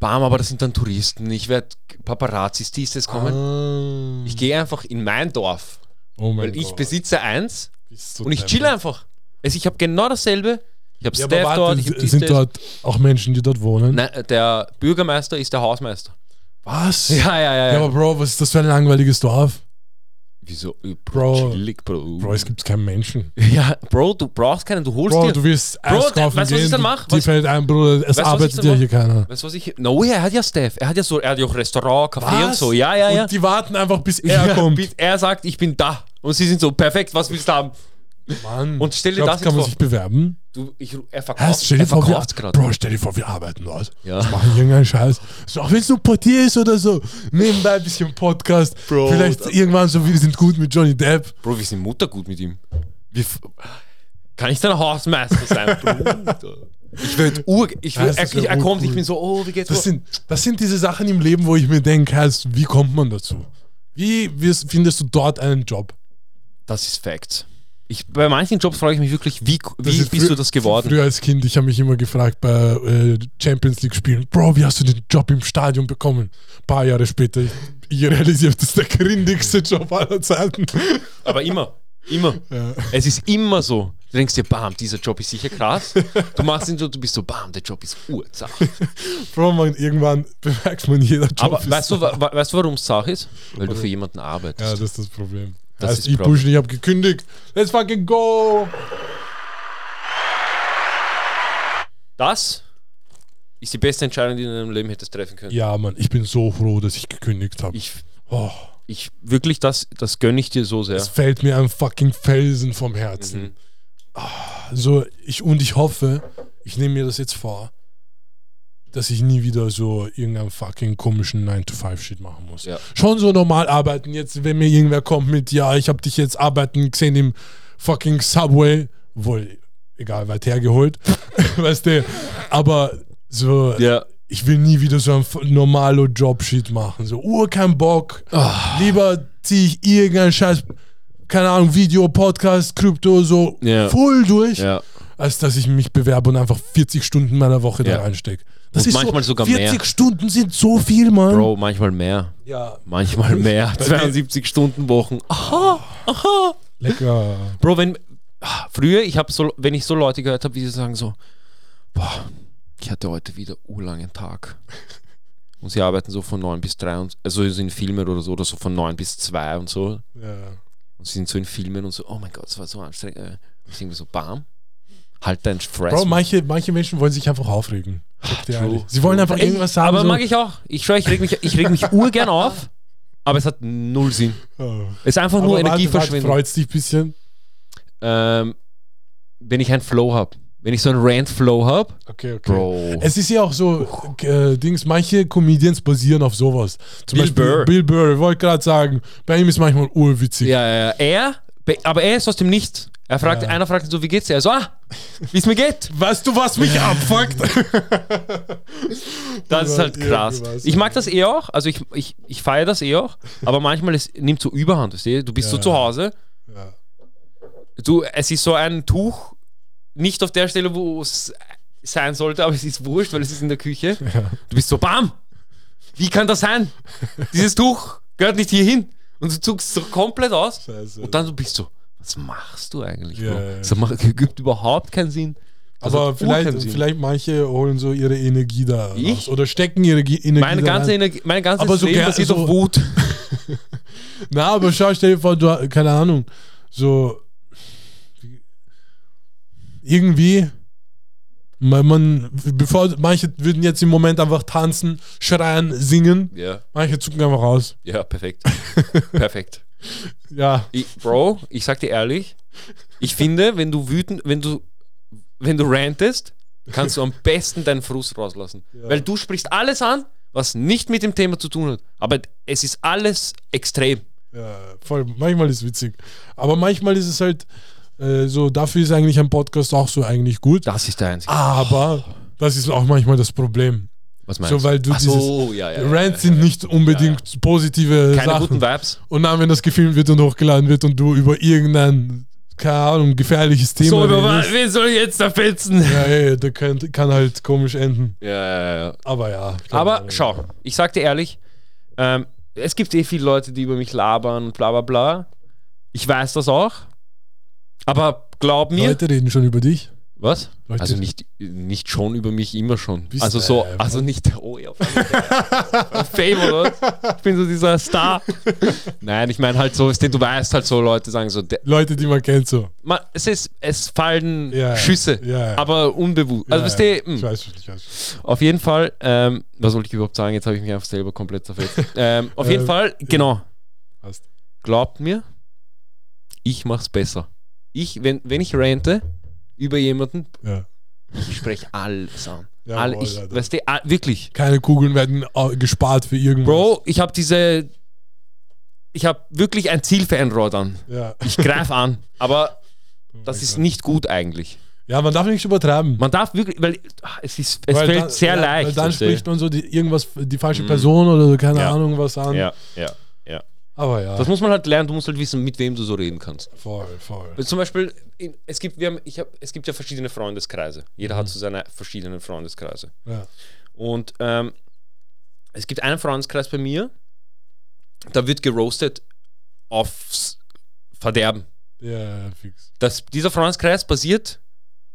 Speaker 1: bam, aber das sind dann Touristen. Ich werde Paparazzis, dies, das kommen.
Speaker 2: Ah.
Speaker 1: Ich gehe einfach in mein Dorf,
Speaker 2: oh mein
Speaker 1: weil ich
Speaker 2: Gott.
Speaker 1: besitze eins
Speaker 2: Bist so
Speaker 1: und ich
Speaker 2: clever.
Speaker 1: chill einfach. Also ich habe genau dasselbe. Ich habe
Speaker 2: Ja, aber
Speaker 1: Staff
Speaker 2: warte,
Speaker 1: dort, ich habe dies,
Speaker 2: sind
Speaker 1: das.
Speaker 2: dort auch Menschen, die dort wohnen?
Speaker 1: Nein, der Bürgermeister ist der Hausmeister.
Speaker 2: Was?
Speaker 1: Ja, ja, ja.
Speaker 2: Ja,
Speaker 1: ja.
Speaker 2: aber Bro, was ist das für ein langweiliges Dorf?
Speaker 1: Wieso? Äh,
Speaker 2: Bro.
Speaker 1: Chillig, Bro.
Speaker 2: Bro, es gibt keinen Menschen.
Speaker 1: ja, Bro, du brauchst keinen, du holst
Speaker 2: Bro,
Speaker 1: dir.
Speaker 2: du wirst
Speaker 1: Bro,
Speaker 2: Eis
Speaker 1: der-
Speaker 2: kaufen
Speaker 1: weißt du, was ich
Speaker 2: gehen,
Speaker 1: dann mach?
Speaker 2: die
Speaker 1: Was-
Speaker 2: fällt ein, Bruder, es
Speaker 1: Weißt du, was ich
Speaker 2: arbeitet
Speaker 1: dann
Speaker 2: ja
Speaker 1: mach?
Speaker 2: hier keiner.
Speaker 1: Weißt du, was ich. No, er hat ja Staff. Er hat ja so, er hat ja auch Restaurant, Café und so. Ja, ja, ja.
Speaker 2: Und die warten einfach, bis er
Speaker 1: ja,
Speaker 2: kommt.
Speaker 1: bis Er sagt, ich bin da. Und sie sind so, perfekt, was willst du haben?
Speaker 2: Mann.
Speaker 1: Und stell dir das
Speaker 2: Glaubst,
Speaker 1: jetzt
Speaker 2: kann man
Speaker 1: vor.
Speaker 2: sich bewerben?
Speaker 1: Du, ich, ru- er
Speaker 2: Hä,
Speaker 1: verkauft
Speaker 2: stell dir
Speaker 1: er
Speaker 2: vor, wir,
Speaker 1: verkauft's gerade.
Speaker 2: Bro, stell dir vor, wir arbeiten dort.
Speaker 1: Ja.
Speaker 2: Wir machen irgendeinen Scheiß. So, auch wenn es nur Portier ist oder so. Nebenbei ein bisschen Podcast.
Speaker 1: Bro,
Speaker 2: Vielleicht
Speaker 1: das-
Speaker 2: irgendwann so, wir sind gut mit Johnny Depp.
Speaker 1: Bro, wir sind muttergut mit ihm. Wir f- Kann ich dann Hausmeister sein, Bruder? Ich will Ur... Ich will
Speaker 2: Das ist
Speaker 1: wirklich...
Speaker 2: ja
Speaker 1: Er kommt, ich
Speaker 2: urcool.
Speaker 1: bin so, oh, wie geht's
Speaker 2: Das
Speaker 1: vor?
Speaker 2: sind, das sind diese Sachen im Leben, wo ich mir denke, heißt, wie kommt man dazu? Wie wirst, findest du dort einen Job?
Speaker 1: Das ist Fact. Ich, bei manchen Jobs frage ich mich wirklich, wie,
Speaker 2: Das
Speaker 1: wie
Speaker 2: ist
Speaker 1: bist
Speaker 2: Also frü-
Speaker 1: du das geworden?
Speaker 2: Früher als Kind, ich habe mich immer gefragt bei äh, Champions League Spielen, Bro, wie hast du den Job im Stadion bekommen? Ein paar Jahre später, ich, ich realisiere, das ist der grindigste Job aller Zeiten.
Speaker 1: Aber immer. Immer.
Speaker 2: Ja.
Speaker 1: Es ist immer so. Du denkst dir, bam, dieser Job ist sicher krass. Du machst ihn so, du bist so, bam, der Job ist urzach.
Speaker 2: Bro, man, irgendwann bemerkt man jeder Job.
Speaker 1: Aber
Speaker 2: ist
Speaker 1: weißt du,
Speaker 2: so-
Speaker 1: wa- wa- weißt du warum es Sach ist? Weil du für jemanden arbeitest.
Speaker 2: Ja, das ist das Problem.
Speaker 1: Das
Speaker 2: heißt,
Speaker 1: ist
Speaker 2: ich
Speaker 1: Problem.
Speaker 2: pushe, ich habe gekündigt. Let's fucking go!
Speaker 1: Das ist die beste Entscheidung, die du in deinem Leben hättest treffen können.
Speaker 2: Ja, Mann, ich bin so froh, dass ich gekündigt habe.
Speaker 1: Ich,
Speaker 2: Oh,
Speaker 1: ich wirklich, das, das gönne ich dir so sehr.
Speaker 2: Es fällt mir ein fucking Felsen vom Herzen.
Speaker 1: Mhm.
Speaker 2: Also ich und ich hoffe, ich nehme mir das jetzt vor, dass ich nie wieder so irgendeinen fucking komischen 9-to-5-Shit machen muss.
Speaker 1: Ja.
Speaker 2: Schon so normal arbeiten. Jetzt, wenn mir irgendwer kommt mit, ja, ich habe dich jetzt arbeiten gesehen im fucking Subway, wohl egal, weit hergeholt, weißt du, aber so,
Speaker 1: Ja.
Speaker 2: ich will nie wieder so einen f- normalo Job-Shit machen. So, Uhr, kein Bock.
Speaker 1: Ah.
Speaker 2: Lieber ziehe ich irgendeinen Scheiß, keine Ahnung, Video, Podcast, Krypto, so
Speaker 1: Ja.
Speaker 2: voll durch,
Speaker 1: ja.
Speaker 2: als dass ich mich bewerbe und einfach 40 Stunden meiner Woche
Speaker 1: Ja.
Speaker 2: da reinstecke.
Speaker 1: Und manchmal sogar mehr.
Speaker 2: 40 Stunden sind so viel, Mann.
Speaker 1: Bro, manchmal mehr.
Speaker 2: Ja,
Speaker 1: Manchmal mehr.
Speaker 2: Bei mir-
Speaker 1: 72 Stunden Wochen.
Speaker 2: lecker.
Speaker 1: Bro, wenn ah, früher, ich habe so, wenn ich so Leute gehört habe, wie sie sagen so, boah, ich hatte heute wieder urlangen Tag. Und sie arbeiten so von 9 bis 3 und also so in Filmen oder so oder so von 9 bis 2 und so.
Speaker 2: Ja.
Speaker 1: Und sie sind so in Filmen und so, oh mein Gott, es war so anstrengend. äh. Und ich denke mir so, bam, halt dein Stress.
Speaker 2: Bro, manche, manche Menschen wollen sich einfach aufregen. Sag dir
Speaker 1: True,
Speaker 2: ehrlich. Sie wollen
Speaker 1: true.
Speaker 2: einfach
Speaker 1: Ey,
Speaker 2: irgendwas sagen.
Speaker 1: Aber
Speaker 2: so,
Speaker 1: mag ich auch. Ich schwöre, ich reg mich, ich reg mich urgern auf, aber es hat null Sinn.
Speaker 2: oh.
Speaker 1: Es ist einfach
Speaker 2: Aber
Speaker 1: nur
Speaker 2: warte, warte,
Speaker 1: Energieverschwendung.
Speaker 2: freut dich ein bisschen.
Speaker 1: Ähm, wenn ich einen Flow habe, wenn ich so einen Rant-Flow habe,
Speaker 2: Okay, okay.
Speaker 1: Bro.
Speaker 2: Es ist ja auch so, äh, Dings, manche Comedians basieren auf sowas. Zum
Speaker 1: Bill
Speaker 2: Beispiel
Speaker 1: Burr.
Speaker 2: Bill Burr, ich wollte gerade sagen, bei ihm ist manchmal urwitzig.
Speaker 1: ja, ja, ja. Er, be- aber er ist aus dem Nichts. Er fragt,
Speaker 2: Ja.
Speaker 1: einer fragt ihn so, wie geht's dir? Er so, ah, wie es mir geht.
Speaker 2: Weißt du, was mich abfuckt?
Speaker 1: Das ist
Speaker 2: Oder
Speaker 1: halt krass.
Speaker 2: irgendwas.
Speaker 1: Ich mag das eh auch, also ich, ich, ich feiere das eh auch, aber manchmal es nimmt so Überhand, weißt du? Du bist so
Speaker 2: Ja.
Speaker 1: zu Hause,
Speaker 2: Ja.
Speaker 1: du, es ist so ein Tuch, nicht auf der Stelle, wo es sein sollte, aber es ist wurscht, weil es ist in der Küche. Du bist so, bam! Wie kann das sein? Dieses Tuch gehört nicht hierhin. Und du zuckst so komplett aus.
Speaker 2: Scheiße.
Speaker 1: Und dann du bist so, was machst du eigentlich?
Speaker 2: Ja,
Speaker 1: Bro?
Speaker 2: ja, ja.
Speaker 1: Das macht, gibt überhaupt keinen Sinn. Das
Speaker 2: Aber
Speaker 1: hat
Speaker 2: vielleicht,
Speaker 1: urkeinen Sinn.
Speaker 2: vielleicht manche holen so ihre Energie da raus.
Speaker 1: Ich?
Speaker 2: oder stecken ihre Ge Energie
Speaker 1: meine
Speaker 2: da
Speaker 1: ganze
Speaker 2: rein.
Speaker 1: Energie, mein ganzes
Speaker 2: Aber so
Speaker 1: Leben
Speaker 2: ger-
Speaker 1: basiert
Speaker 2: so-
Speaker 1: auf Wut.
Speaker 2: Na, aber schau, stell dir vor, du hast- keine Ahnung, so irgendwie man, man bevor manche würden jetzt im Moment einfach tanzen, schreien, singen,
Speaker 1: Ja,
Speaker 2: manche zucken einfach raus.
Speaker 1: ja, perfekt. perfekt.
Speaker 2: Ja,
Speaker 1: Ich, Bro, ich sag dir ehrlich, ich finde, wenn du wütend, wenn du, wenn du rantest, kannst du am besten deinen Frust rauslassen.
Speaker 2: Ja.
Speaker 1: Weil du sprichst alles an, was nicht mit dem Thema zu tun hat. Aber es ist alles extrem.
Speaker 2: ja, voll. Manchmal ist witzig, aber manchmal ist es halt äh, so. Dafür ist eigentlich ein Podcast auch so eigentlich gut.
Speaker 1: Das ist der einzige.
Speaker 2: Aber das ist auch manchmal das Problem.
Speaker 1: Was
Speaker 2: So weil du
Speaker 1: Ach so, ja, ja.
Speaker 2: dieses Rants sind nicht unbedingt positive
Speaker 1: Keine
Speaker 2: Sachen.
Speaker 1: guten Vibes.
Speaker 2: Und dann, wenn das gefilmt wird und hochgeladen wird und du über irgendein, keine Ahnung, gefährliches Thema
Speaker 1: So, über was?
Speaker 2: redest,
Speaker 1: Wen soll ich jetzt da fetzen?
Speaker 2: ja, ey, da kann, kann halt komisch enden.
Speaker 1: Ja, ja, ja.
Speaker 2: Aber ja. äh, keine
Speaker 1: Aber
Speaker 2: Ahnung.
Speaker 1: schau, ich sag dir ehrlich, ähm, es gibt eh viele Leute, die über mich labern und bla bla bla. Ich weiß das auch. Aber glaub mir,
Speaker 2: Leute reden schon über dich.
Speaker 1: Was?
Speaker 2: Leute.
Speaker 1: Also nicht, nicht schon über mich, immer schon.
Speaker 2: Bist
Speaker 1: also so,
Speaker 2: du
Speaker 1: also nicht der oh, ja, auf Fame oder was? Ich bin so dieser Star. Nein, ich meine halt so, ist denn du weißt halt so, Leute sagen so, der,
Speaker 2: Leute, die man kennt, so.
Speaker 1: man, es ist, es fallen
Speaker 2: Ja, ja.
Speaker 1: Schüsse,
Speaker 2: Ja, ja.
Speaker 1: aber unbewusst. Also
Speaker 2: ja,
Speaker 1: ja,
Speaker 2: ja. Ich weiß schon, ich weiß schon.
Speaker 1: auf jeden Fall, ähm, was wollte ich überhaupt sagen? Jetzt habe ich mich einfach selber komplett zerfetzt. ähm, auf jeden
Speaker 2: Ähm,
Speaker 1: Fall, genau.
Speaker 2: Passt.
Speaker 1: Glaubt mir, ich mach's besser. Ich, wenn, wenn ich rente über jemanden,
Speaker 2: Ja.
Speaker 1: ich spreche alles an.
Speaker 2: Jawohl,
Speaker 1: Alle, ich,
Speaker 2: Alter.
Speaker 1: weißt du, ah, wirklich.
Speaker 2: Keine Kugeln werden au- gespart für irgendwas.
Speaker 1: Bro, ich habe diese. Ich habe wirklich ein Ziel für Android an.
Speaker 2: Ja.
Speaker 1: Ich greife an, aber das
Speaker 2: Oh mein
Speaker 1: ist
Speaker 2: Gott.
Speaker 1: nicht gut eigentlich.
Speaker 2: ja, man darf nicht übertreiben.
Speaker 1: Man darf wirklich, weil ah, es, ist, es
Speaker 2: Weil
Speaker 1: fällt
Speaker 2: dann-
Speaker 1: sehr
Speaker 2: ja,
Speaker 1: leicht.
Speaker 2: Weil dann
Speaker 1: versteh.
Speaker 2: spricht man so die, irgendwas, die falsche Person oder so, keine
Speaker 1: Ja.
Speaker 2: Ahnung was an.
Speaker 1: ja, ja, ja.
Speaker 2: Aber ja,
Speaker 1: Das muss man halt lernen, du musst halt wissen, mit wem du so reden kannst.
Speaker 2: voll, voll.
Speaker 1: Weil Zum Beispiel, in, es, gibt, wir haben, ich hab, es gibt ja verschiedene Freundeskreise. Jeder
Speaker 2: Mhm.
Speaker 1: hat so seine verschiedenen Freundeskreise.
Speaker 2: Ja.
Speaker 1: Und ähm, es gibt einen Freundeskreis bei mir, da wird geroastet aufs Verderben.
Speaker 2: ja, ja, fix.
Speaker 1: Das, dieser Freundeskreis basiert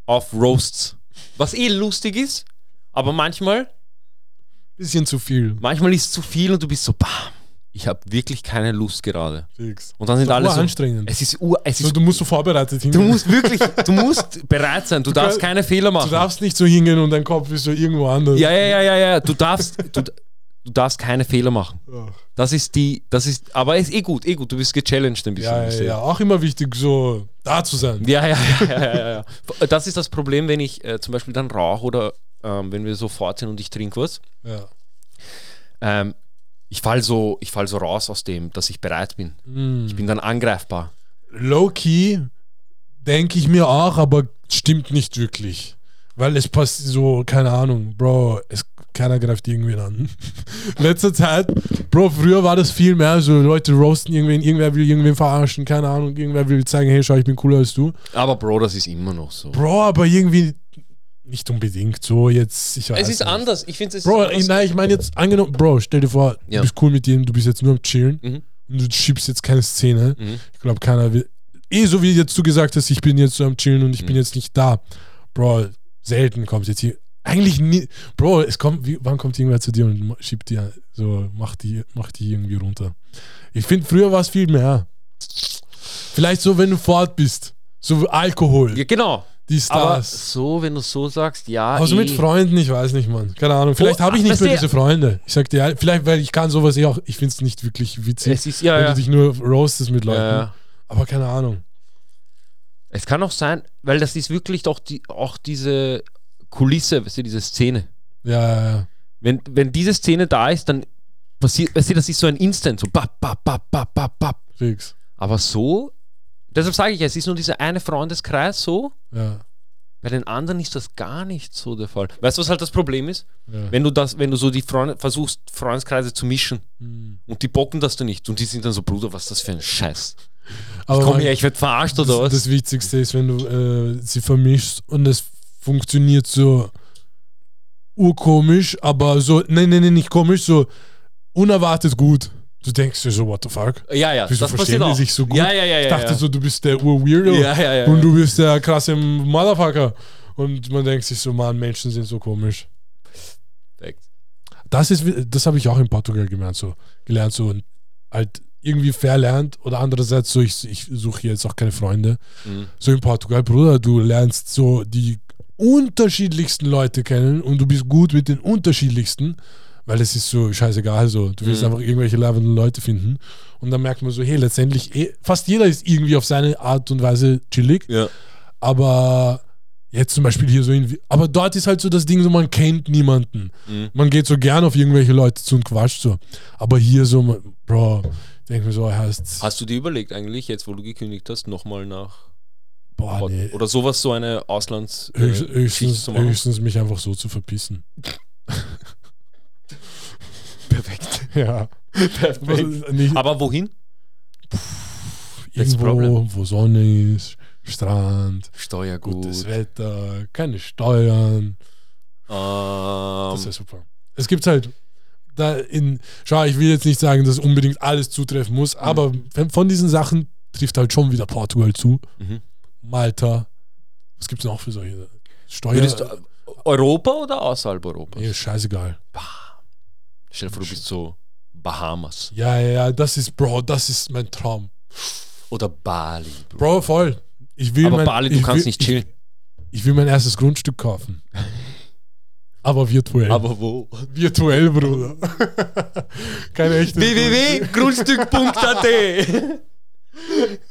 Speaker 1: auf Roasts. Was eh lustig ist, aber manchmal,
Speaker 2: Bisschen zu viel.
Speaker 1: manchmal ist es zu viel und du bist so, bam, ich habe wirklich keine Lust gerade.
Speaker 2: Fix.
Speaker 1: Und dann sind
Speaker 2: Doch
Speaker 1: alle so,
Speaker 2: anstrengend.
Speaker 1: es ist ur, es
Speaker 2: So,
Speaker 1: ist,
Speaker 2: du musst so vorbereitet
Speaker 1: du
Speaker 2: hingehen.
Speaker 1: musst wirklich, du musst bereit sein, du darfst
Speaker 2: kann-
Speaker 1: keine Fehler
Speaker 2: Du
Speaker 1: machen.
Speaker 2: darfst nicht so hingehen und dein Kopf ist so irgendwo anders.
Speaker 1: Ja, ja, ja, ja, ja, du darfst, du, du darfst keine Fehler machen.
Speaker 2: Ach.
Speaker 1: Das ist die, das ist, aber ist eh gut, eh gut, du bist gechallenged ein bisschen.
Speaker 2: Ja, ja,
Speaker 1: weißt du?
Speaker 2: ja. Auch immer wichtig, so da zu sein.
Speaker 1: Ja, ja, ja, ja, ja, ja, ja. Das ist das Problem, wenn ich äh, zum Beispiel dann rauche oder ähm, wenn wir so fort sind und ich trinke was.
Speaker 2: Ja.
Speaker 1: Ähm, ich falle so, ich fall so raus aus dem, dass ich bereit bin.
Speaker 2: Hm.
Speaker 1: Ich bin dann angreifbar.
Speaker 2: Low-key denke ich mir auch, aber stimmt nicht wirklich. Weil es passt so, keine Ahnung, Bro, es, keiner greift irgendwen an. Letzter Zeit, Bro, früher war das viel mehr so, Leute roasten irgendwen, irgendwer will irgendwen verarschen, keine Ahnung, irgendwer will zeigen, hey, schau, ich bin cooler als du.
Speaker 1: Aber Bro, das ist immer noch so.
Speaker 2: Bro, aber irgendwie nicht unbedingt so jetzt, ich weiß
Speaker 1: es ist
Speaker 2: nicht.
Speaker 1: anders. Ich finde es ist
Speaker 2: Bro,
Speaker 1: anders.
Speaker 2: nein, ich meine jetzt angenommen, Bro, stell dir vor,
Speaker 1: Ja.
Speaker 2: du bist cool mit jedem, du bist jetzt nur am Chillen
Speaker 1: Mhm.
Speaker 2: und du schiebst jetzt keine Szene.
Speaker 1: Mhm.
Speaker 2: Ich glaube, keiner will. Eh, so wie jetzt du gesagt hast, ich bin jetzt so am Chillen und ich
Speaker 1: Mhm.
Speaker 2: bin jetzt nicht da. Bro, selten kommt jetzt hier. Eigentlich nie. Bro, es kommt, wie, wann kommt irgendwer zu dir und ma- schiebt dir so, macht die, macht die irgendwie runter. Ich finde, früher war es viel mehr. Vielleicht so, wenn du fort bist. So wie Alkohol,
Speaker 1: Ja, genau.
Speaker 2: die
Speaker 1: Aber
Speaker 2: Stars.
Speaker 1: so, wenn du so sagst, ja.
Speaker 2: Also
Speaker 1: eh.
Speaker 2: mit Freunden, ich weiß nicht, Mann. Keine Ahnung. Vielleicht
Speaker 1: Oh,
Speaker 2: habe ich nicht
Speaker 1: weißt
Speaker 2: mehr
Speaker 1: du-
Speaker 2: diese Freunde. Ich sag dir, ehrlich, vielleicht, weil ich kann sowas eh auch. Ich finde es nicht wirklich witzig,
Speaker 1: Es ist, ja,
Speaker 2: wenn
Speaker 1: ja.
Speaker 2: du dich nur roastest mit Leuten.
Speaker 1: ja, ja.
Speaker 2: Aber keine Ahnung.
Speaker 1: Es kann auch sein, weil das ist wirklich doch die, auch diese Kulisse, weißt du, diese Szene.
Speaker 2: Ja, ja, ja.
Speaker 1: Wenn, wenn diese Szene da ist, dann passiert, weißt du, das ist so ein Instant, so bap, bap, bap, bap, bap, bap.
Speaker 2: Fix.
Speaker 1: Aber so, deshalb sage ich, ja, es ist nur dieser eine Freundeskreis so,
Speaker 2: Ja.
Speaker 1: bei den anderen ist das gar nicht so der Fall. Weißt du, was halt das Problem ist?
Speaker 2: ja.
Speaker 1: Wenn du das, wenn du so die Freunde versuchst, Freundeskreise zu mischen
Speaker 2: Hm.
Speaker 1: und die bocken das dann nicht und die sind dann so, Bruder, was ist das für ein Scheiß?
Speaker 2: Aber
Speaker 1: Komm
Speaker 2: man-
Speaker 1: her, ich werde verarscht oder
Speaker 2: das,
Speaker 1: was?
Speaker 2: das Wichtigste ist, wenn du äh, sie vermischst und es funktioniert so urkomisch, aber so, nein, nein, nein, nicht komisch, so unerwartet gut. Du denkst dir so, what the fuck?
Speaker 1: ja, ja,
Speaker 2: Wieso
Speaker 1: das
Speaker 2: verstehen
Speaker 1: passiert
Speaker 2: die
Speaker 1: auch.
Speaker 2: sich so gut?
Speaker 1: Ja, ja, ja,
Speaker 2: Ich
Speaker 1: ja.
Speaker 2: dachte
Speaker 1: ja.
Speaker 2: so, du bist der Ur-Weirdo.
Speaker 1: ja, ja, ja,
Speaker 2: und
Speaker 1: ja.
Speaker 2: du bist der krasse Motherfucker. Und man denkt sich so, Mann, Menschen sind so komisch.
Speaker 1: Perfekt.
Speaker 2: Das ist, wie- das habe ich auch in Portugal gelernt, so gelernt so und halt irgendwie verlernt oder andererseits so, ich, ich suche hier jetzt auch keine Freunde.
Speaker 1: Mhm.
Speaker 2: So in Portugal, Bruder, du lernst so die unterschiedlichsten Leute kennen und du bist gut mit den unterschiedlichsten, weil es ist so scheißegal so. Du willst
Speaker 1: Mhm.
Speaker 2: einfach irgendwelche lebenden Leute finden und dann merkt man so, hey, letztendlich, eh, fast jeder ist irgendwie auf seine Art und Weise chillig.
Speaker 1: Ja.
Speaker 2: Aber jetzt zum Beispiel hier so in. Aber dort ist halt so das Ding, so man kennt niemanden.
Speaker 1: Mhm.
Speaker 2: Man geht so gern auf irgendwelche Leute zu und quatscht so. Aber hier so, man- Bro, denk mir so, heißt.
Speaker 1: Hast du dir überlegt eigentlich, jetzt wo du gekündigt hast, nochmal nach
Speaker 2: Boah, Ah, nee.
Speaker 1: oder sowas, so eine Auslands äh,
Speaker 2: Höchst,
Speaker 1: Geschichte
Speaker 2: höchstens,
Speaker 1: zu machen?
Speaker 2: höchstens mich einfach so zu verpissen.
Speaker 1: Perfekt.
Speaker 2: Ja. Was,
Speaker 1: Perfekt.
Speaker 2: nicht,
Speaker 1: Aber wohin? that's
Speaker 2: irgendwo,
Speaker 1: problem.
Speaker 2: wo Sonne ist, Strand,
Speaker 1: Steuer
Speaker 2: gutes
Speaker 1: gut.
Speaker 2: Wetter, keine Steuern. Das
Speaker 1: Ähm,
Speaker 2: wäre super. Es gibt halt da in, schau, ich will jetzt nicht sagen, dass unbedingt alles zutreffen muss,
Speaker 1: Mhm.
Speaker 2: aber wenn- von diesen Sachen trifft halt schon wieder Portugal zu.
Speaker 1: Mhm.
Speaker 2: Malta. Was gibt es noch für solche? Steuer.
Speaker 1: Würdest du Europa oder außerhalb Europas?
Speaker 2: Nee, scheißegal.
Speaker 1: Stell dir vor, du bist so Bahamas
Speaker 2: Ja, ja, ja, das ist, Bro, das ist mein Traum.
Speaker 1: oder Bali. Bro.
Speaker 2: Bro, voll. Ich will
Speaker 1: Aber
Speaker 2: mein,
Speaker 1: Bali,
Speaker 2: ich
Speaker 1: du kannst
Speaker 2: will,
Speaker 1: nicht chillen.
Speaker 2: Ich, ich will mein erstes Grundstück kaufen. Aber virtuell.
Speaker 1: Aber wo?
Speaker 2: virtuell, Bruder. Kein echtes.
Speaker 1: www.grundstück.at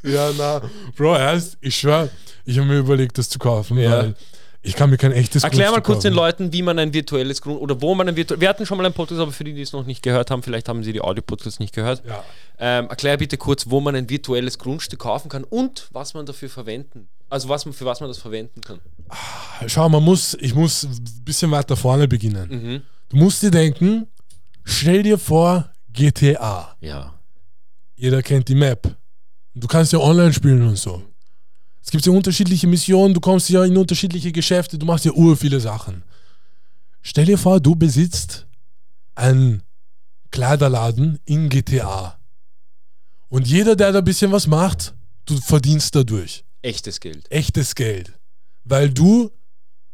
Speaker 2: Ja, na. Bro, erst, ich schwör, ich habe mir überlegt, das zu kaufen,
Speaker 1: Ja.
Speaker 2: weil ich kann mir kein echtes
Speaker 1: Erklär mal kurz den
Speaker 2: kaufen.
Speaker 1: Leuten, wie man ein virtuelles Grund oder wo man ein virtuelles. Wir hatten schon mal einen Podcast, aber für die, die es noch nicht gehört haben, vielleicht haben sie die Audio-Podcasts nicht gehört.
Speaker 2: Ja.
Speaker 1: Ähm, erklär bitte kurz, wo man ein virtuelles Grundstück kaufen kann und was man dafür verwenden. Also was man, für was man das verwenden kann.
Speaker 2: Schau, man muss, ich muss ein bisschen weiter vorne beginnen.
Speaker 1: Mhm.
Speaker 2: Du musst dir denken, stell dir vor, GTA.
Speaker 1: Ja.
Speaker 2: jeder kennt die Map. Du kannst ja online spielen und so. Es gibt ja unterschiedliche Missionen, du kommst ja in unterschiedliche Geschäfte, du machst ja ur viele Sachen. Stell dir vor, du besitzt einen Kleiderladen in GTA. Und jeder, der da ein bisschen was macht, du verdienst dadurch
Speaker 1: Echtes Geld.
Speaker 2: echtes Geld. Weil du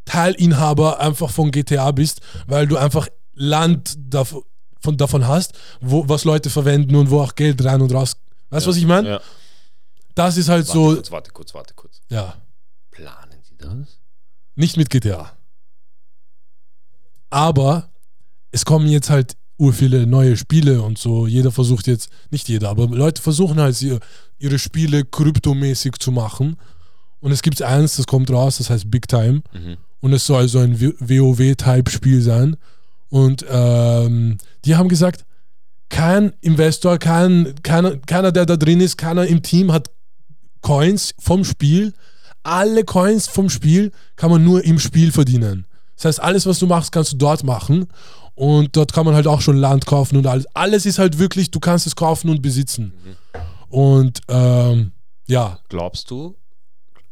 Speaker 2: Teilinhaber einfach von GTA bist, weil du einfach Land dav von, davon hast, wo, was Leute verwenden und wo auch Geld rein und raus. Weißt du, was ich meine?
Speaker 1: Ja.
Speaker 2: Das ist halt
Speaker 1: Warte
Speaker 2: so,
Speaker 1: kurz, warte kurz, warte kurz.
Speaker 2: ja,
Speaker 1: Planen Sie das?
Speaker 2: nicht mit GTA. Aber es kommen jetzt halt ur viele neue Spiele und so. Jeder versucht jetzt, nicht jeder, aber Leute versuchen halt ihr- ihre Spiele kryptomäßig zu machen. Und es gibt eins, das kommt raus, das heißt Big Time.
Speaker 1: Mhm.
Speaker 2: und es soll also ein WoW-Type-Spiel sein. Und ähm, die haben gesagt, kein Investor, kein, keiner, keiner, der da drin ist, keiner im Team hat Coins vom Spiel. Alle Coins vom Spiel kann man nur im Spiel verdienen. Das heißt, alles, was du machst, kannst du dort machen. Und dort kann man halt auch schon Land kaufen und alles. Alles ist halt wirklich, du kannst es kaufen und besitzen. Und ähm, ja,
Speaker 1: Glaubst du?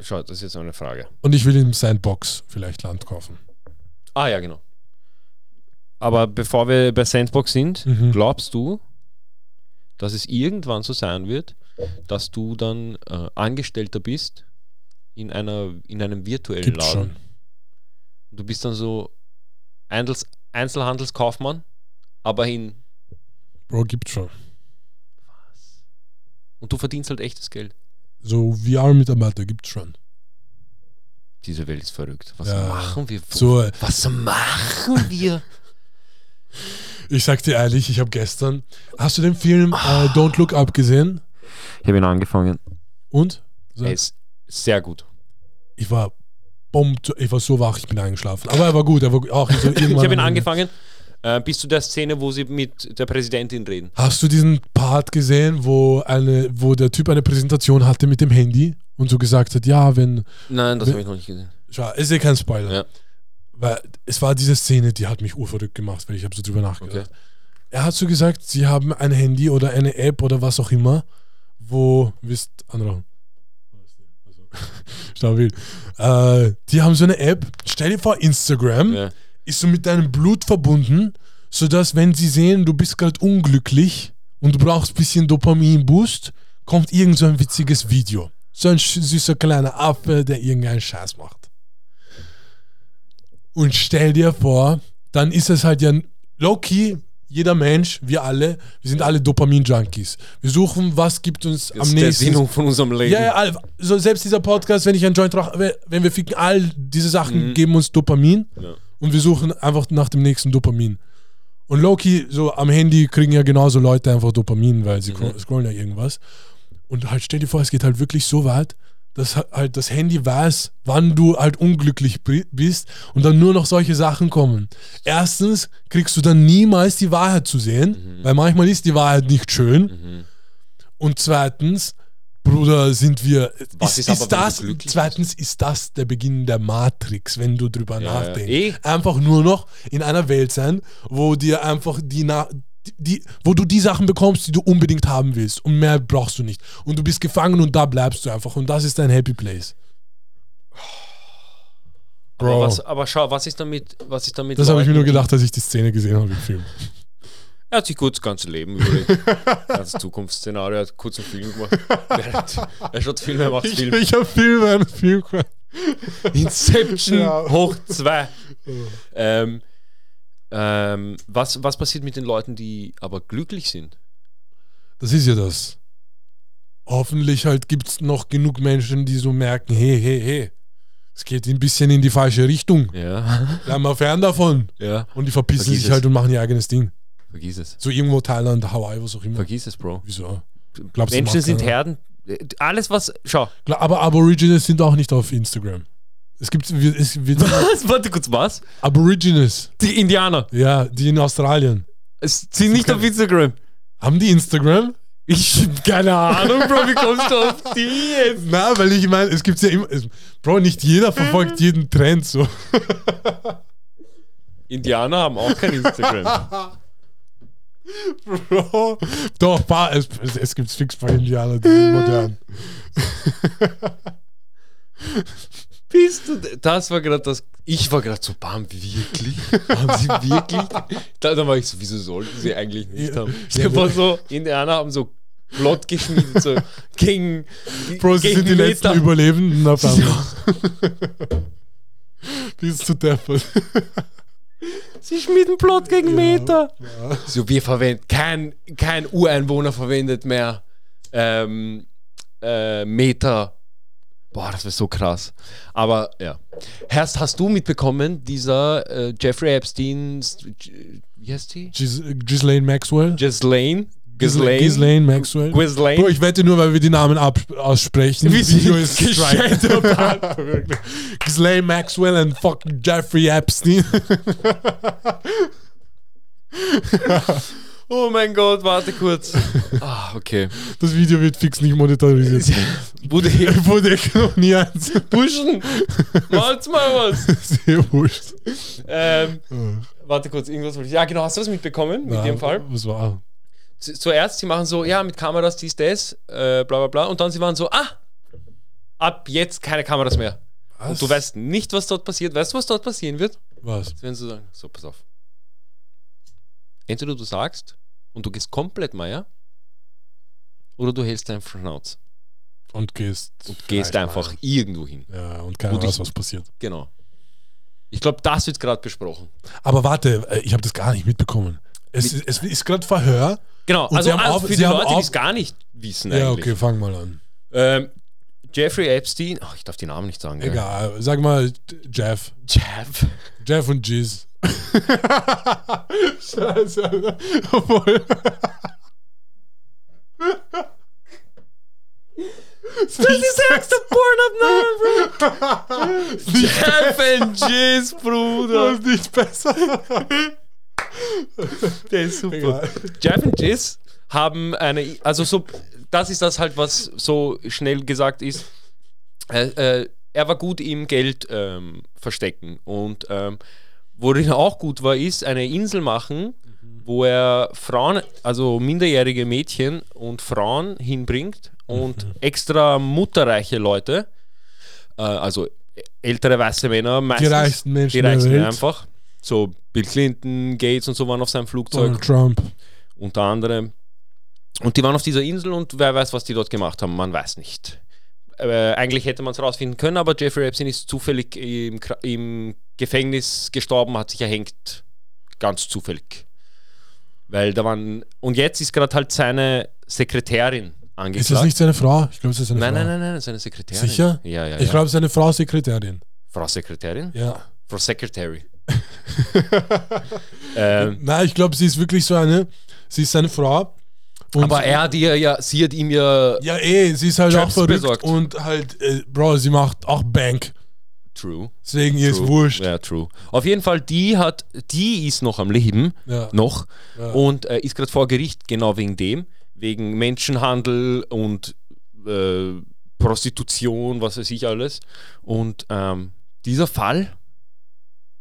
Speaker 1: Schau, das ist jetzt noch eine Frage.
Speaker 2: und ich will im Sandbox vielleicht Land kaufen.
Speaker 1: Ah ja, genau. Aber bevor wir bei Sandbox sind,
Speaker 2: Mhm.
Speaker 1: glaubst du, dass es irgendwann so sein wird, dass du dann äh, Angestellter bist in, einer, in einem virtuellen
Speaker 2: Gibt's
Speaker 1: Laden?
Speaker 2: schon.
Speaker 1: Du bist dann so Einzel Einzelhandelskaufmann, aber hin.
Speaker 2: Bro, gibt's schon.
Speaker 1: Und du verdienst halt echtes Geld.
Speaker 2: So VR-Mitarbeiter gibt es schon.
Speaker 1: Diese Welt ist verrückt. Was
Speaker 2: Ja.
Speaker 1: machen wir?
Speaker 2: So, äh,
Speaker 1: Was machen wir?
Speaker 2: ich sag dir ehrlich, ich habe gestern. Hast du den Film äh,
Speaker 1: Ah.
Speaker 2: Don't Look Up gesehen?
Speaker 1: Ich habe ihn angefangen.
Speaker 2: Und? Sag,
Speaker 1: Er ist sehr gut.
Speaker 2: ich war bombt, ich war so wach, ich bin eingeschlafen. Aber er war gut, er war gu- auch so irgendwann.
Speaker 1: Ich habe ihn angefangen äh, bis zu der Szene, wo sie mit der Präsidentin reden.
Speaker 2: Hast du diesen Part gesehen, wo eine, wo der Typ eine Präsentation hatte mit dem Handy und so gesagt hat, ja, wenn.
Speaker 1: Nein, das
Speaker 2: Wer-
Speaker 1: habe ich noch nicht gesehen.
Speaker 2: Schau, ist eh kein Spoiler.
Speaker 1: Ja.
Speaker 2: Weil es war diese Szene, die hat mich urverrückt gemacht, weil ich habe so drüber nachgedacht.
Speaker 1: Okay.
Speaker 2: Er hat so gesagt, sie haben ein Handy oder eine App oder was auch immer, wo, wisst, andere. Stabil. Äh, die haben so eine App. Stell dir vor, Instagram
Speaker 1: Ja.
Speaker 2: ist so mit deinem Blut verbunden, sodass, wenn sie sehen, du bist gerade unglücklich und du brauchst ein bisschen Dopamin-Boost, kommt irgend so ein witziges Video. So ein sch- süßer kleiner Affe, der irgendeinen Scheiß macht. Und stell dir vor, dann ist es halt ja low-key, jeder Mensch, wir alle, wir sind alle Dopamin-Junkies. Wir suchen, was gibt uns
Speaker 1: Das
Speaker 2: am
Speaker 1: ist der
Speaker 2: nächsten.
Speaker 1: Sinn von unserem Leben.
Speaker 2: Ja, ja, all- so selbst dieser Podcast, wenn ich einen Joint rauche, we- wenn wir ficken, all diese Sachen
Speaker 1: Mhm.
Speaker 2: geben uns Dopamin
Speaker 1: Ja.
Speaker 2: und wir suchen einfach nach dem nächsten Dopamin. Und Loki, so am Handy kriegen ja genauso Leute einfach Dopamin, weil
Speaker 1: Mhm.
Speaker 2: sie scro- scrollen ja irgendwas. Und halt stell dir vor, es geht halt wirklich so weit, dass ha- halt das Handy weiß, wann du halt unglücklich bri- bist und dann nur noch solche Sachen kommen. Erstens kriegst du dann niemals die Wahrheit zu sehen,
Speaker 1: Mhm.
Speaker 2: weil manchmal ist die Wahrheit nicht schön. Und zweitens, Bruder, sind wir.
Speaker 1: Was ist
Speaker 2: ist,
Speaker 1: aber,
Speaker 2: ist
Speaker 1: wenn du
Speaker 2: das,
Speaker 1: glücklich bist?
Speaker 2: zweitens ist das der Beginn der Matrix, wenn du drüber
Speaker 1: Ja,
Speaker 2: nachdenkst.
Speaker 1: ja. Eh.
Speaker 2: Einfach nur noch in einer Welt sein, wo dir einfach die, Na die, wo du die Sachen bekommst, die du unbedingt haben willst. Und mehr brauchst du nicht. Und du bist gefangen und da bleibst du einfach. Und das ist dein Happy Place.
Speaker 1: Aber,
Speaker 2: Bro.
Speaker 1: was, aber schau, was ist damit? Was ist damit?
Speaker 2: Das habe ich mir
Speaker 1: Leuten-
Speaker 2: nur gedacht, als ich die Szene gesehen habe im Film.
Speaker 1: Er hat sich kurz das ganze Leben überlegt. Ganzes Zukunftsszenario, er hat kurz einen Film gemacht. Er, hat, er schaut Filme, er macht
Speaker 2: Ich,
Speaker 1: Filme.
Speaker 2: ich habe Film, einen Film. gemacht.
Speaker 1: Inception
Speaker 2: Ja.
Speaker 1: hoch zwei. Ähm, ähm, was, was passiert mit den Leuten, die aber glücklich sind?
Speaker 2: Das ist ja das. Hoffentlich halt gibt es noch genug Menschen, die so merken, hey, hey, hey, es geht ein bisschen in die falsche Richtung.
Speaker 1: Ja.
Speaker 2: Bleib mal fern davon.
Speaker 1: Ja.
Speaker 2: Und die verpissen
Speaker 1: Vergiss
Speaker 2: sich
Speaker 1: es.
Speaker 2: halt und machen ihr eigenes Ding.
Speaker 1: Vergiss es.
Speaker 2: So irgendwo Thailand, Hawaii, was auch immer.
Speaker 1: Vergiss es, Bro.
Speaker 2: Wieso? Glaubst du,
Speaker 1: Menschen
Speaker 2: macht
Speaker 1: sind
Speaker 2: keiner?
Speaker 1: Herden. Alles, was. Schau.
Speaker 2: Klar, Aber Aborigines sind auch nicht auf Instagram. Es gibt wir- es wird
Speaker 1: Was? Warte kurz, was?
Speaker 2: Aborigines,
Speaker 1: Die Indianer.
Speaker 2: ja, die in Australien.
Speaker 1: Es sind nicht auf Instagram.
Speaker 2: Haben die Instagram?
Speaker 1: Ich. Keine Ahnung, Bro. Wie kommst du auf die jetzt?
Speaker 2: Na, weil ich meine, es gibt ja immer. es- Bro, nicht jeder verfolgt
Speaker 1: Mhm.
Speaker 2: jeden Trend so.
Speaker 1: Indianer haben auch kein Instagram.
Speaker 2: Bro. Doch, paar, es, es, es gibt fix bei Indianern, die sind modern.
Speaker 1: Bist du. de- Das war gerade das. Ich war gerade so, bam, wirklich? Haben sie wirklich? Da, dann war ich so, wieso sollten sie eigentlich nicht
Speaker 2: Ja.
Speaker 1: haben? Ich ja, war so, Indianer haben so Plot geschmiedet, so gegen.
Speaker 2: Bro, sie sind die letzten
Speaker 1: Meta.
Speaker 2: Überlebenden auf einmal. Die ist zu deppert.
Speaker 1: Sie schmieden Plot gegen Meter.
Speaker 2: Ja.
Speaker 1: So, wir verwenden, kein, kein Ureinwohner verwendet mehr ähm, äh, Meter. Boah, das wäre so krass. Aber ja. Herst, hast du mitbekommen, dieser äh, Jeffrey Epstein, J- wie heißt die?
Speaker 2: Gis, Ghislaine Maxwell.
Speaker 1: Ghislaine?
Speaker 2: Ghislaine,
Speaker 1: Ghislaine?
Speaker 2: Maxwell. Bro,
Speaker 1: Ghislaine?
Speaker 2: ich wette nur, weil wir die Namen ab, aussprechen.
Speaker 1: Wir sind
Speaker 2: gestrikt.
Speaker 1: gescheitert.
Speaker 2: Ghislaine Maxwell and fucking Jeffrey Epstein.
Speaker 1: Oh mein Gott, warte kurz. Ah, okay.
Speaker 2: Das Video wird fix nicht monetarisiert.
Speaker 1: Wurde hier
Speaker 2: Wurde noch nie eins.
Speaker 1: pushen. Macht's mal was.
Speaker 2: Sehr eh wurscht.
Speaker 1: Ähm, warte kurz, irgendwas wollte ich. Ja, genau, hast du das mitbekommen mit dem Fall?
Speaker 2: Was war? ah,
Speaker 1: Z- zuerst, sie machen so, ja, mit Kameras dies, das, äh, bla bla bla. Und dann sie waren so, ah, ab jetzt keine Kameras mehr.
Speaker 2: Was?
Speaker 1: Und du weißt nicht, was dort passiert. Weißt du, was dort passieren wird?
Speaker 2: Was?
Speaker 1: Jetzt werden sie sagen, so, pass auf. Entweder du sagst und du gehst komplett Meier, oder du hältst deinen Schnauz.
Speaker 2: Und gehst.
Speaker 1: Und gehst
Speaker 2: vielleicht
Speaker 1: einfach
Speaker 2: mal.
Speaker 1: irgendwo hin.
Speaker 2: Ja, und keiner
Speaker 1: Und ich-
Speaker 2: weiß, was passiert.
Speaker 1: Genau. Ich glaube, das wird gerade besprochen.
Speaker 2: Aber warte, äh, ich habe das gar nicht mitbekommen. Es, ist- es ist gerade Verhör.
Speaker 1: Genau,
Speaker 2: Und
Speaker 1: also
Speaker 2: sie haben
Speaker 1: ah,
Speaker 2: auf-
Speaker 1: für
Speaker 2: sie
Speaker 1: die
Speaker 2: haben
Speaker 1: Leute, die
Speaker 2: auf-
Speaker 1: es gar nicht wissen
Speaker 2: Ja,
Speaker 1: eigentlich.
Speaker 2: okay, fang mal an.
Speaker 1: Ähm, Jeffrey Epstein, ach, ich darf die Namen nicht sagen. gell?
Speaker 2: Egal, sag mal Jeff.
Speaker 1: Jeff.
Speaker 2: Jeff und Jeez. Scheiße, Alter. Obwohl.
Speaker 1: Das ist der ärgste Pornhub-Name, Bro. Jeff and Jizz,
Speaker 2: Das
Speaker 1: Bruder.
Speaker 2: ist nicht besser.
Speaker 1: Der ist super.
Speaker 2: Egal.
Speaker 1: Jeff und Jizz haben eine, also so, das ist das halt, was so schnell gesagt ist. Äh, äh, er war gut im Geld ähm, verstecken und ähm, worin er auch gut war, ist eine Insel machen,
Speaker 2: Mhm.
Speaker 1: wo er Frauen, also minderjährige Mädchen und Frauen hinbringt und
Speaker 2: Mhm.
Speaker 1: extra mutterreiche Leute, äh, also ältere weiße Männer, meistens
Speaker 2: reichsten Menschen
Speaker 1: die
Speaker 2: der
Speaker 1: reichsten
Speaker 2: Welt.
Speaker 1: einfach. So Bill Clinton, Gates und so waren auf seinem Flugzeug
Speaker 2: Donald Trump.
Speaker 1: unter anderem. Und die waren auf dieser Insel und wer weiß, was die dort gemacht haben, man weiß nicht. Äh, eigentlich hätte man es rausfinden können, aber Jeffrey Epstein ist zufällig im, Kra- im Gefängnis gestorben, hat sich erhängt. Ganz zufällig. Weil da waren. Und jetzt ist gerade halt seine Sekretärin angeklagt.
Speaker 2: Ist das nicht seine Frau? Ich glaube, es ist seine
Speaker 1: nein,
Speaker 2: Frau.
Speaker 1: nein, nein, nein, seine Sekretärin.
Speaker 2: Sicher?
Speaker 1: Ja, ja, ja.
Speaker 2: Ich glaube, seine Frau ist Sekretärin.
Speaker 1: Frau Sekretärin?
Speaker 2: Ja.
Speaker 1: Frau Secretary. ähm,
Speaker 2: Nein, ich glaube, sie ist wirklich so eine. Sie ist seine Frau. Und
Speaker 1: aber er hat ihr ja, sie hat ihm ja.
Speaker 2: Ja, eh, sie ist halt
Speaker 1: Jobs
Speaker 2: auch verrückt
Speaker 1: besorgt.
Speaker 2: und halt, äh, Bro, sie macht auch Bank.
Speaker 1: True.
Speaker 2: Deswegen ihr ist
Speaker 1: True.
Speaker 2: wurscht.
Speaker 1: Ja, true. Auf jeden Fall, die hat, die ist noch am Leben,
Speaker 2: Ja.
Speaker 1: noch,
Speaker 2: Ja.
Speaker 1: und äh, ist gerade vor Gericht, genau wegen dem, wegen Menschenhandel und äh, Prostitution, was weiß ich alles. Und ähm, dieser Fall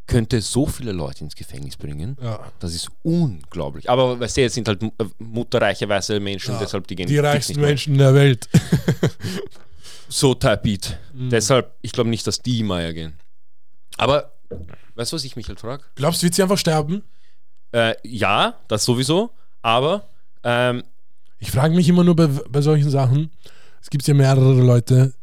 Speaker 1: könnte so viele Leute ins Gefängnis bringen.
Speaker 2: Ja.
Speaker 1: Das ist unglaublich. Aber weißt du, jetzt sind halt mu- äh, mutterreiche weiße Menschen,
Speaker 2: Ja.
Speaker 1: deshalb die gehen
Speaker 2: Die
Speaker 1: fix
Speaker 2: reichsten
Speaker 1: nicht mehr.
Speaker 2: Menschen der Welt.
Speaker 1: So Type Beat.
Speaker 2: Mhm.
Speaker 1: Deshalb, ich glaube nicht, dass die Meier gehen. Aber, weißt du, was ich mich halt frage?
Speaker 2: Glaubst du, wird sie einfach sterben?
Speaker 1: Äh, ja, das sowieso, aber ähm,
Speaker 2: Ich frage mich immer nur bei, bei solchen Sachen. Es gibt ja mehrere Leute,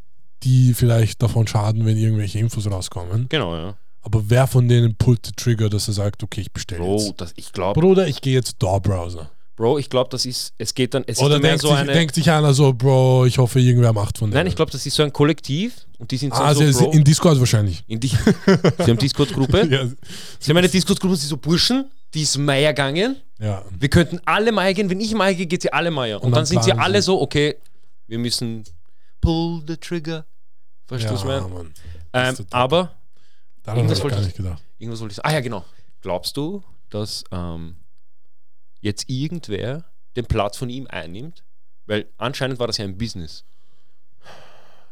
Speaker 2: die vielleicht davon schaden, wenn irgendwelche Infos rauskommen.
Speaker 1: Genau, ja.
Speaker 2: Aber wer von denen pullt den Trigger, dass er sagt, okay, ich bestelle
Speaker 1: Bro,
Speaker 2: jetzt.
Speaker 1: das, ich glaube,
Speaker 2: Bruder, ich gehe jetzt Door-Browser.
Speaker 1: Bro, ich glaube, das ist, es geht dann, es
Speaker 2: Oder
Speaker 1: ist dann
Speaker 2: denkt,
Speaker 1: so
Speaker 2: sich,
Speaker 1: eine,
Speaker 2: denkt sich einer so, Bro, ich hoffe, irgendwer macht von denen.
Speaker 1: nein, ich glaube, das ist so ein Kollektiv und die sind so,
Speaker 2: Ah,
Speaker 1: so
Speaker 2: sie- sie-
Speaker 1: Bro,
Speaker 2: in Discord wahrscheinlich.
Speaker 1: in die, sie haben Discord-Gruppe,
Speaker 2: Ja,
Speaker 1: sie haben eine Discord-Gruppe, sie so Burschen, die ist Meier gegangen,
Speaker 2: ja.
Speaker 1: wir könnten alle Meier gehen, wenn ich Meier gehe, geht sie alle Meier. Und,
Speaker 2: Und
Speaker 1: dann,
Speaker 2: dann
Speaker 1: sind sie
Speaker 2: planen
Speaker 1: alle
Speaker 2: sie.
Speaker 1: so, okay, wir müssen pull the trigger, verstehst du, was ich
Speaker 2: ja
Speaker 1: meine?
Speaker 2: Mann.
Speaker 1: Ähm,
Speaker 2: ist total-
Speaker 1: aber,
Speaker 2: Daran habe
Speaker 1: Irgendwas
Speaker 2: ich
Speaker 1: wollte
Speaker 2: gar
Speaker 1: ich-
Speaker 2: nicht gedacht.
Speaker 1: irgendwas wollte ich sagen. Ah ja, genau. Glaubst du, dass ähm, jetzt irgendwer den Platz von ihm einnimmt? Weil anscheinend war das ja ein Business.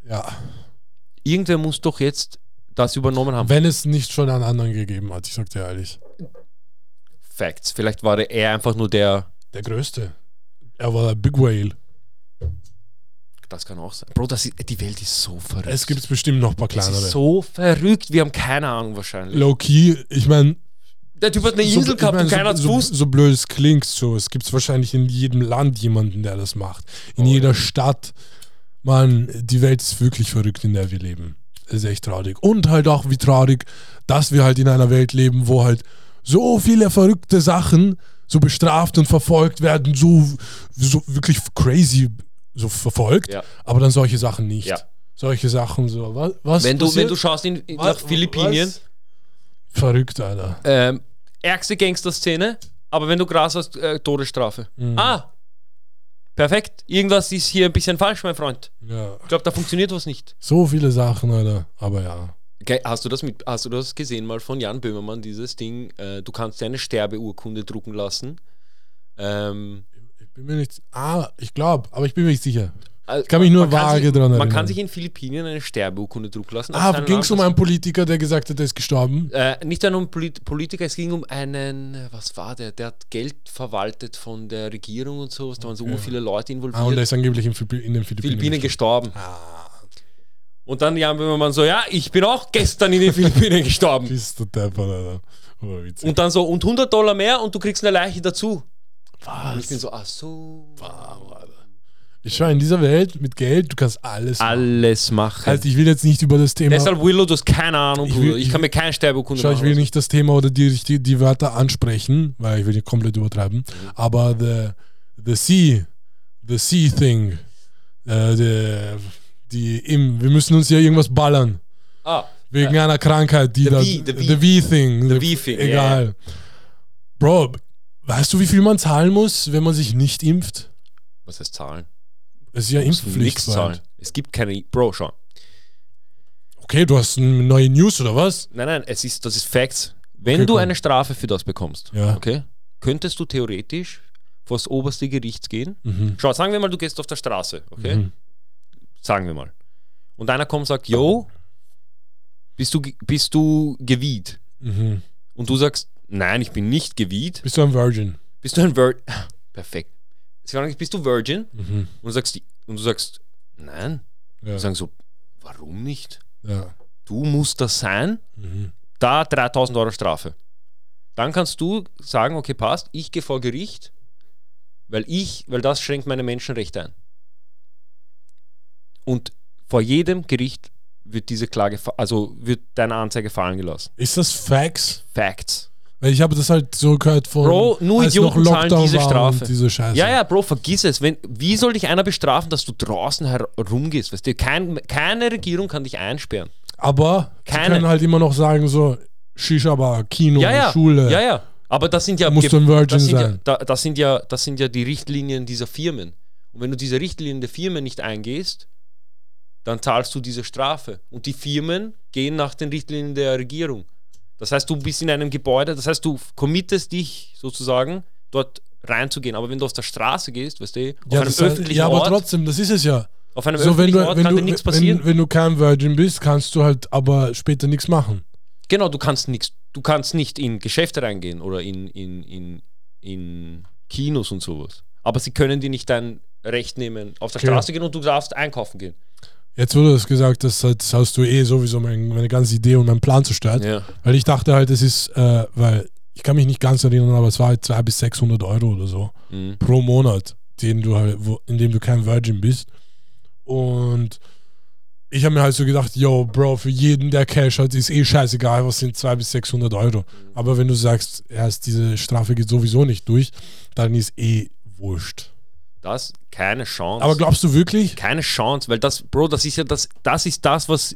Speaker 2: Ja.
Speaker 1: Irgendwer muss doch jetzt das übernommen haben.
Speaker 2: Wenn es nicht schon an anderen gegeben hat, ich sag dir ehrlich.
Speaker 1: Facts. Vielleicht war der- er einfach nur der.
Speaker 2: Der Größte. Er war der Big Whale.
Speaker 1: Das kann auch sein. Bro, das ist, die Welt ist so verrückt.
Speaker 2: Es gibt bestimmt noch ein paar
Speaker 1: es
Speaker 2: kleinere.
Speaker 1: ist so verrückt. Wir haben keine Ahnung wahrscheinlich.
Speaker 2: Low-key, ich meine,
Speaker 1: Der Typ hat eine Insel
Speaker 2: ich
Speaker 1: gehabt
Speaker 2: mein,
Speaker 1: und keiner hat's
Speaker 2: so,
Speaker 1: gewusst.
Speaker 2: So, so blöd es klingt, so. Es gibt wahrscheinlich in jedem Land jemanden, der das macht. In
Speaker 1: Oh,
Speaker 2: jeder Stadt. Mann, die Welt ist wirklich verrückt, in der wir leben. Das ist echt traurig. Und halt auch, wie traurig, dass wir halt in einer Welt leben, wo halt so viele verrückte Sachen so bestraft und verfolgt werden, so, so wirklich crazy so verfolgt,
Speaker 1: Ja.
Speaker 2: aber dann solche Sachen nicht.
Speaker 1: Ja.
Speaker 2: Solche Sachen so. Was, was
Speaker 1: Wenn du, wenn
Speaker 2: passiert?
Speaker 1: du schaust in, in, nach
Speaker 2: Was-
Speaker 1: Philippinen,
Speaker 2: was? Verrückt, Alter.
Speaker 1: ähm, ärgste Gangster-Szene, aber wenn du Gras hast, äh, Todesstrafe.
Speaker 2: Mhm.
Speaker 1: Ah, perfekt. Irgendwas ist hier ein bisschen falsch, mein Freund.
Speaker 2: Ja.
Speaker 1: Ich glaube, da funktioniert was nicht.
Speaker 2: So viele Sachen, Alter. Aber ja.
Speaker 1: Okay, hast, du das mit, hast du das gesehen mal von Jan Böhmermann, dieses Ding? Äh, du kannst deine Sterbeurkunde drucken lassen. Ähm,
Speaker 2: Ich bin mir nicht. Ah, ich glaube, aber ich bin mir nicht sicher.
Speaker 1: äh,
Speaker 2: kann mich nur
Speaker 1: man kann
Speaker 2: vage
Speaker 1: sich,
Speaker 2: dran
Speaker 1: Man
Speaker 2: erinnern.
Speaker 1: kann sich in Philippinen eine Sterbeurkunde drucken lassen. auf
Speaker 2: Ah,
Speaker 1: seinen
Speaker 2: ging es um
Speaker 1: Namen.
Speaker 2: einen Politiker, der gesagt hat, er ist gestorben?
Speaker 1: Äh, nicht nur um Polit Politiker, es ging um einen, äh, was war der? Der hat Geld verwaltet von der Regierung und sowas. Da waren so
Speaker 2: Okay.
Speaker 1: viele Leute involviert.
Speaker 2: Ah, und er ist angeblich in, Philippi- in den Philippinen.
Speaker 1: Philippinen
Speaker 2: gestorben.
Speaker 1: gestorben.
Speaker 2: Ah,
Speaker 1: Und dann Jan Böhmermann so, ja, ich bin auch gestern in den Philippinen gestorben.
Speaker 2: Bist du Depper, Alter. Oh, witzig.
Speaker 1: Und dann so, und 100 Dollar mehr und du kriegst eine Leiche dazu. Und ich
Speaker 2: Was?
Speaker 1: bin so, ach so.
Speaker 2: Ich schau, in dieser Welt mit Geld, du kannst alles. machen.
Speaker 1: Alles machen.
Speaker 2: Also, ich will jetzt nicht über das Thema.
Speaker 1: Deshalb, genau. Willow, du hast keine Ahnung,
Speaker 2: Ich
Speaker 1: Bruder. Ich,
Speaker 2: will- ich
Speaker 1: kann mir keine Sterbeurkunde
Speaker 2: Schau,
Speaker 1: machen.
Speaker 2: ich will nicht das Thema oder die, die, die Wörter ansprechen, weil ich will nicht komplett übertreiben.
Speaker 1: Mhm.
Speaker 2: Aber the, the sea, the sea thing, äh, die, die im, wir müssen uns ja irgendwas ballern.
Speaker 1: Ah,
Speaker 2: Wegen einer Krankheit, die
Speaker 1: The
Speaker 2: da.
Speaker 1: V, the V.
Speaker 2: the V-Thing. The
Speaker 1: V-Thing, ja,
Speaker 2: Egal. Bro, weißt du, wie viel man zahlen muss, wenn man sich nicht impft?
Speaker 1: was heißt zahlen?
Speaker 2: Es ist ja
Speaker 1: Du musst
Speaker 2: Impfpflicht.
Speaker 1: nichts
Speaker 2: Bald.
Speaker 1: zahlen. Es gibt keine, Bro, schau.
Speaker 2: Okay, du hast eine neue News oder was?
Speaker 1: Nein, nein, es ist, das ist Facts. Wenn
Speaker 2: Okay,
Speaker 1: du
Speaker 2: cool.
Speaker 1: eine Strafe für das bekommst,
Speaker 2: Ja.
Speaker 1: okay, könntest du theoretisch vor das oberste Gericht gehen.
Speaker 2: Mhm.
Speaker 1: Schau, sagen wir mal, du gehst auf der Straße, okay?
Speaker 2: Mhm.
Speaker 1: Sagen wir mal. Und einer kommt und sagt, yo, bist du, ge- bist du gewied?
Speaker 2: Mhm.
Speaker 1: Und du sagst, nein, ich bin nicht gewied.
Speaker 2: Bist du ein Virgin?
Speaker 1: Bist du ein Virgin? Perfekt. Sie fragen dich, bist du Virgin?
Speaker 2: Mhm.
Speaker 1: Und du sagst, und du sagst nein.
Speaker 2: Ja.
Speaker 1: Sie sagen so, warum nicht?
Speaker 2: ja.
Speaker 1: Du musst das sein.
Speaker 2: Mhm.
Speaker 1: da 3000 Euro Strafe. Dann kannst du sagen, okay, passt, ich gehe vor Gericht, weil ich, weil das schränkt meine Menschenrechte ein. Und vor jedem Gericht wird diese Klage, fa- also wird deine Anzeige fallen gelassen.
Speaker 2: Ist das Facts?
Speaker 1: Facts.
Speaker 2: Weil ich habe das halt so gehört von.
Speaker 1: Bro, nur
Speaker 2: als
Speaker 1: Idioten
Speaker 2: noch
Speaker 1: zahlen
Speaker 2: Lockdown
Speaker 1: diese
Speaker 2: war
Speaker 1: Strafe.
Speaker 2: und Diese Scheiße.
Speaker 1: Ja, ja, Bro, vergiss es. Wenn, wie soll dich einer bestrafen, dass du draußen herumgehst? Weißt du, kein, keine Regierung kann dich einsperren.
Speaker 2: Aber
Speaker 1: Keine.
Speaker 2: sie können halt immer noch sagen, so Shisha-Bar, Kino,
Speaker 1: Ja, ja.
Speaker 2: Schule.
Speaker 1: Ja, ja. Aber das sind ja
Speaker 2: Musst du ein Virgin
Speaker 1: das sind
Speaker 2: sein.
Speaker 1: Ja, da, das, sind ja, das sind ja die Richtlinien dieser Firmen. Und wenn du diese Richtlinien der Firmen nicht eingehst, dann zahlst du diese Strafe. Und die Firmen gehen nach den Richtlinien der Regierung. Das heißt, du bist in einem Gebäude, das heißt, du committest dich sozusagen, dort reinzugehen. Aber wenn du auf der Straße gehst, weißt du, auf
Speaker 2: Ja,
Speaker 1: einem
Speaker 2: das heißt-
Speaker 1: öffentlichen
Speaker 2: ja aber
Speaker 1: Ort,
Speaker 2: trotzdem, das ist es ja.
Speaker 1: auf einem
Speaker 2: So, wenn
Speaker 1: öffentlichen
Speaker 2: du,
Speaker 1: Ort
Speaker 2: wenn,
Speaker 1: kann
Speaker 2: du,
Speaker 1: dir nichts passieren.
Speaker 2: wenn, wenn du kein Virgin bist, kannst du halt aber später nichts machen.
Speaker 1: Genau, du kannst nichts. Du kannst nicht in Geschäfte reingehen oder in, in, in, in Kinos und sowas. Aber sie können dir nicht dein Recht nehmen, auf der
Speaker 2: Okay.
Speaker 1: Straße gehen und du darfst einkaufen gehen.
Speaker 2: Jetzt wurde das gesagt, das hast, hast du eh sowieso mein, meine ganze Idee und meinen Plan zerstört.
Speaker 1: Ja.
Speaker 2: Weil ich dachte halt, es ist, äh, weil ich kann mich nicht ganz erinnern, aber es war halt 200 bis 600 Euro oder so.
Speaker 1: Mhm.
Speaker 2: pro Monat, den du, halt- wo- in dem du kein Virgin bist. Und ich habe mir halt so gedacht, yo, Bro, für jeden, der Cash hat, ist eh scheißegal, was sind 200 bis 600 Euro. Aber wenn du sagst, erst diese Strafe geht sowieso nicht durch, dann ist eh wurscht.
Speaker 1: Das, keine Chance.
Speaker 2: Aber glaubst du wirklich?
Speaker 1: keine Chance, weil das, Bro, das ist ja das, das ist das, was,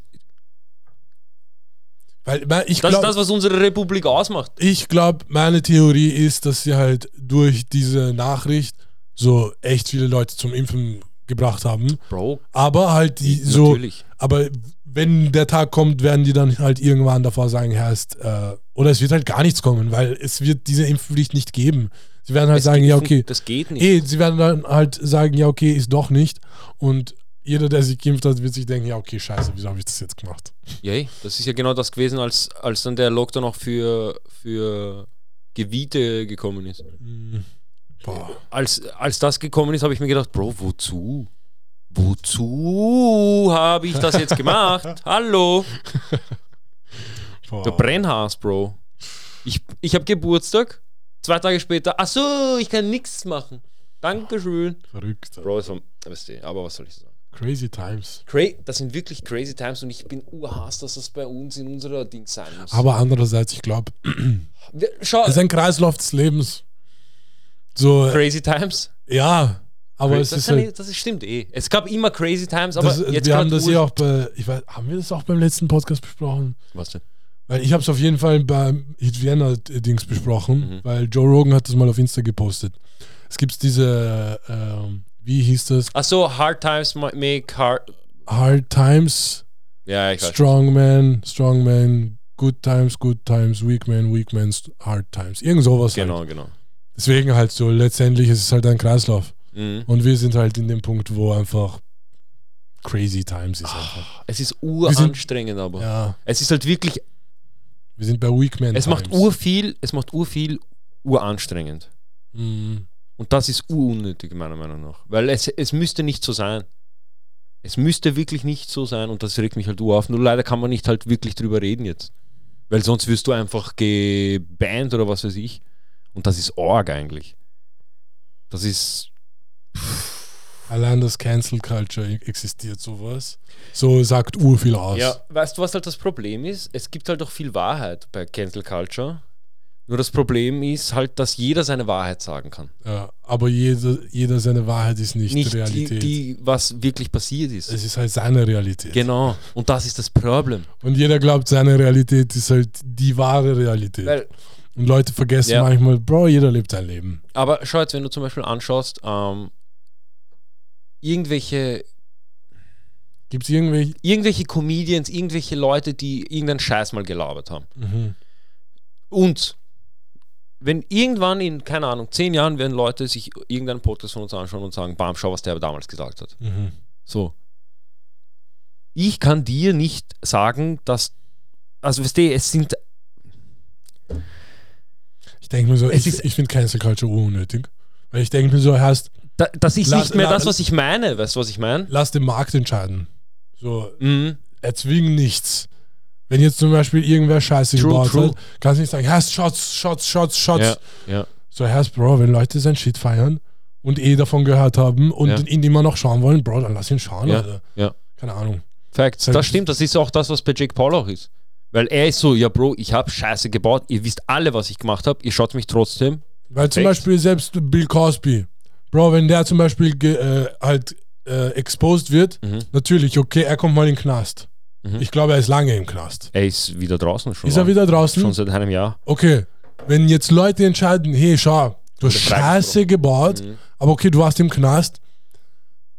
Speaker 2: Weil weil ich
Speaker 1: das, ist
Speaker 2: glaube,
Speaker 1: das, was unsere Republik ausmacht.
Speaker 2: ich glaube, meine Theorie ist, dass sie halt durch diese Nachricht so echt viele Leute zum Impfen gebracht haben.
Speaker 1: Bro,
Speaker 2: Aber halt die so,
Speaker 1: natürlich.
Speaker 2: aber wenn der Tag kommt, werden die dann halt irgendwann davor sagen, heißt, äh, oder es wird halt gar nichts kommen, weil es wird diese Impfpflicht nicht geben. Sie werden halt
Speaker 1: Es
Speaker 2: sagen,
Speaker 1: geht
Speaker 2: ja
Speaker 1: nicht, um
Speaker 2: okay,
Speaker 1: Das geht nicht.
Speaker 2: eh, sie werden dann halt sagen, ja okay, ist doch nicht. Und jeder, der sich geimpft hat, wird sich denken, ja okay, scheiße, wieso habe ich das jetzt gemacht?
Speaker 1: Ja, eh. das ist ja genau das gewesen, als, als dann der Lockdown auch für, für Gebiete gekommen ist.
Speaker 2: Boah.
Speaker 1: Als, als das gekommen ist, habe ich mir gedacht, Bro, wozu? Wozu habe ich das jetzt gemacht? Hallo? Oh.
Speaker 2: Boah.
Speaker 1: Du Brennhaas, Bro. Ich, ich habe Geburtstag, zwei Tage später, ach so, ich kann nichts machen. Dankeschön.
Speaker 2: Verrückt.
Speaker 1: Bro, das war, weißt du, aber was soll ich sagen?
Speaker 2: Crazy times.
Speaker 1: Cra das sind wirklich crazy times und ich bin urhass, dass das bei uns in unserer Ding sein muss.
Speaker 2: Aber andererseits, ich glaube,
Speaker 1: Wir- Schau,
Speaker 2: es ist ein Kreislauf des Lebens. So,
Speaker 1: crazy times.
Speaker 2: ja, aber
Speaker 1: Cra-
Speaker 2: es
Speaker 1: das,
Speaker 2: ist
Speaker 1: kann
Speaker 2: halt,
Speaker 1: eh- das ist- stimmt eh. Es gab immer crazy times, aber
Speaker 2: Das,
Speaker 1: jetzt
Speaker 2: wir haben
Speaker 1: grad
Speaker 2: das
Speaker 1: ur-
Speaker 2: ja auch bei, ich weiß, haben wir das auch beim letzten Podcast besprochen?
Speaker 1: Was denn?
Speaker 2: Weil ich habe es auf jeden Fall beim Hit Vienna Dings besprochen,
Speaker 1: Mhm.
Speaker 2: weil Joe Rogan hat das mal auf Insta gepostet. Es gibt diese, ähm, wie hieß das?
Speaker 1: Ach so, hard times ma- make hard.
Speaker 2: Hard Times,
Speaker 1: Ja, ich weiß.
Speaker 2: Strongman, Strongman, Good Times, Good Times, Weak Man, Weak Man, St- Hard Times. Irgend sowas. Halt.
Speaker 1: Genau, genau.
Speaker 2: Deswegen halt so, letztendlich ist es halt ein Kreislauf.
Speaker 1: Mhm.
Speaker 2: Und wir sind halt in dem Punkt, wo einfach Crazy Times ist einfach.
Speaker 1: Es ist uranstrengend, aber
Speaker 2: Ja,
Speaker 1: es ist halt wirklich.
Speaker 2: wir sind bei Weak Man
Speaker 1: Es
Speaker 2: Times.
Speaker 1: macht urviel, es macht urviel uranstrengend.
Speaker 2: Mhm.
Speaker 1: Und das ist urunnötig, meiner Meinung nach. Weil es, es müsste nicht so sein. Es müsste wirklich nicht so sein und das regt mich halt ur auf. Nur leider kann man nicht halt wirklich drüber reden jetzt. Weil sonst wirst du einfach gebannt oder was weiß ich. Und das ist Org eigentlich. Das ist.
Speaker 2: Allein das Cancel Culture e- existiert sowas. So sagt ur viel aus.
Speaker 1: Ja, weißt du, was halt das Problem ist? Es gibt halt auch viel Wahrheit bei Cancel Culture. Nur das Problem ist halt, dass jeder seine Wahrheit sagen kann.
Speaker 2: Ja, aber jeder, jeder seine Wahrheit ist nicht,
Speaker 1: Nicht die,
Speaker 2: Realität.
Speaker 1: die, was wirklich passiert ist.
Speaker 2: es ist halt seine Realität.
Speaker 1: Genau. Und das ist das Problem.
Speaker 2: Und jeder glaubt, seine Realität ist halt die wahre Realität.
Speaker 1: Weil
Speaker 2: Und Leute vergessen
Speaker 1: Ja.
Speaker 2: manchmal, Bro, jeder lebt sein Leben.
Speaker 1: Aber schau jetzt, wenn du zum Beispiel anschaust, ähm, irgendwelche,
Speaker 2: Gibt es irgendwelche.
Speaker 1: irgendwelche Comedians, irgendwelche Leute, die irgendeinen Scheiß mal gelabert haben.
Speaker 2: Mhm.
Speaker 1: Und wenn irgendwann in, keine Ahnung, zehn Jahren werden Leute sich irgendeinen Podcast von uns anschauen und sagen, bam, schau, was der damals gesagt hat.
Speaker 2: Mhm.
Speaker 1: So. Ich kann dir nicht sagen, dass, also weißt du, es sind,
Speaker 2: Ich denke mir so,
Speaker 1: Es
Speaker 2: ich,
Speaker 1: ist-
Speaker 2: ich finde Cancel Culture unnötig. Weil ich denke mir so, heißt,
Speaker 1: da, das ist
Speaker 2: Lass-
Speaker 1: nicht mehr
Speaker 2: la-
Speaker 1: das, was ich meine, weißt du, was ich meine?
Speaker 2: lass den Markt entscheiden. So,
Speaker 1: Mhm.
Speaker 2: erzwingen nichts. Wenn jetzt zum Beispiel irgendwer Scheiße
Speaker 1: True,
Speaker 2: gebaut
Speaker 1: true.
Speaker 2: hat, kannst du nicht sagen, Herz, Shots, Shots, Shots, Shots.
Speaker 1: Ja, ja.
Speaker 2: So, Herz, Bro, wenn Leute sein Shit feiern und eh davon gehört haben und
Speaker 1: Ja.
Speaker 2: ihn immer noch schauen wollen, Bro, dann lass ihn schauen,
Speaker 1: Ja,
Speaker 2: Alter.
Speaker 1: ja.
Speaker 2: Keine Ahnung.
Speaker 1: Facts.
Speaker 2: Sag-
Speaker 1: Das stimmt, das ist auch das, was bei Jake Paul auch ist. Weil er ist so, ja Bro, ich habe Scheiße gebaut, ihr wisst alle, was ich gemacht habe, ihr schaut mich trotzdem.
Speaker 2: Weil zum
Speaker 1: Echt?
Speaker 2: Beispiel selbst Bill Cosby, Bro, wenn der zum Beispiel ge, äh, halt äh, exposed wird,
Speaker 1: Mhm.
Speaker 2: natürlich, okay, er kommt mal in den Knast.
Speaker 1: Mhm.
Speaker 2: Ich glaube, er ist lange im Knast.
Speaker 1: Er ist wieder draußen schon.
Speaker 2: Ist er
Speaker 1: lang.
Speaker 2: wieder draußen?
Speaker 1: Schon seit einem Jahr.
Speaker 2: okay, wenn jetzt Leute entscheiden, hey, schau, du hast
Speaker 1: Oder
Speaker 2: Scheiße gebaut,
Speaker 1: Mhm.
Speaker 2: aber okay, du warst im Knast,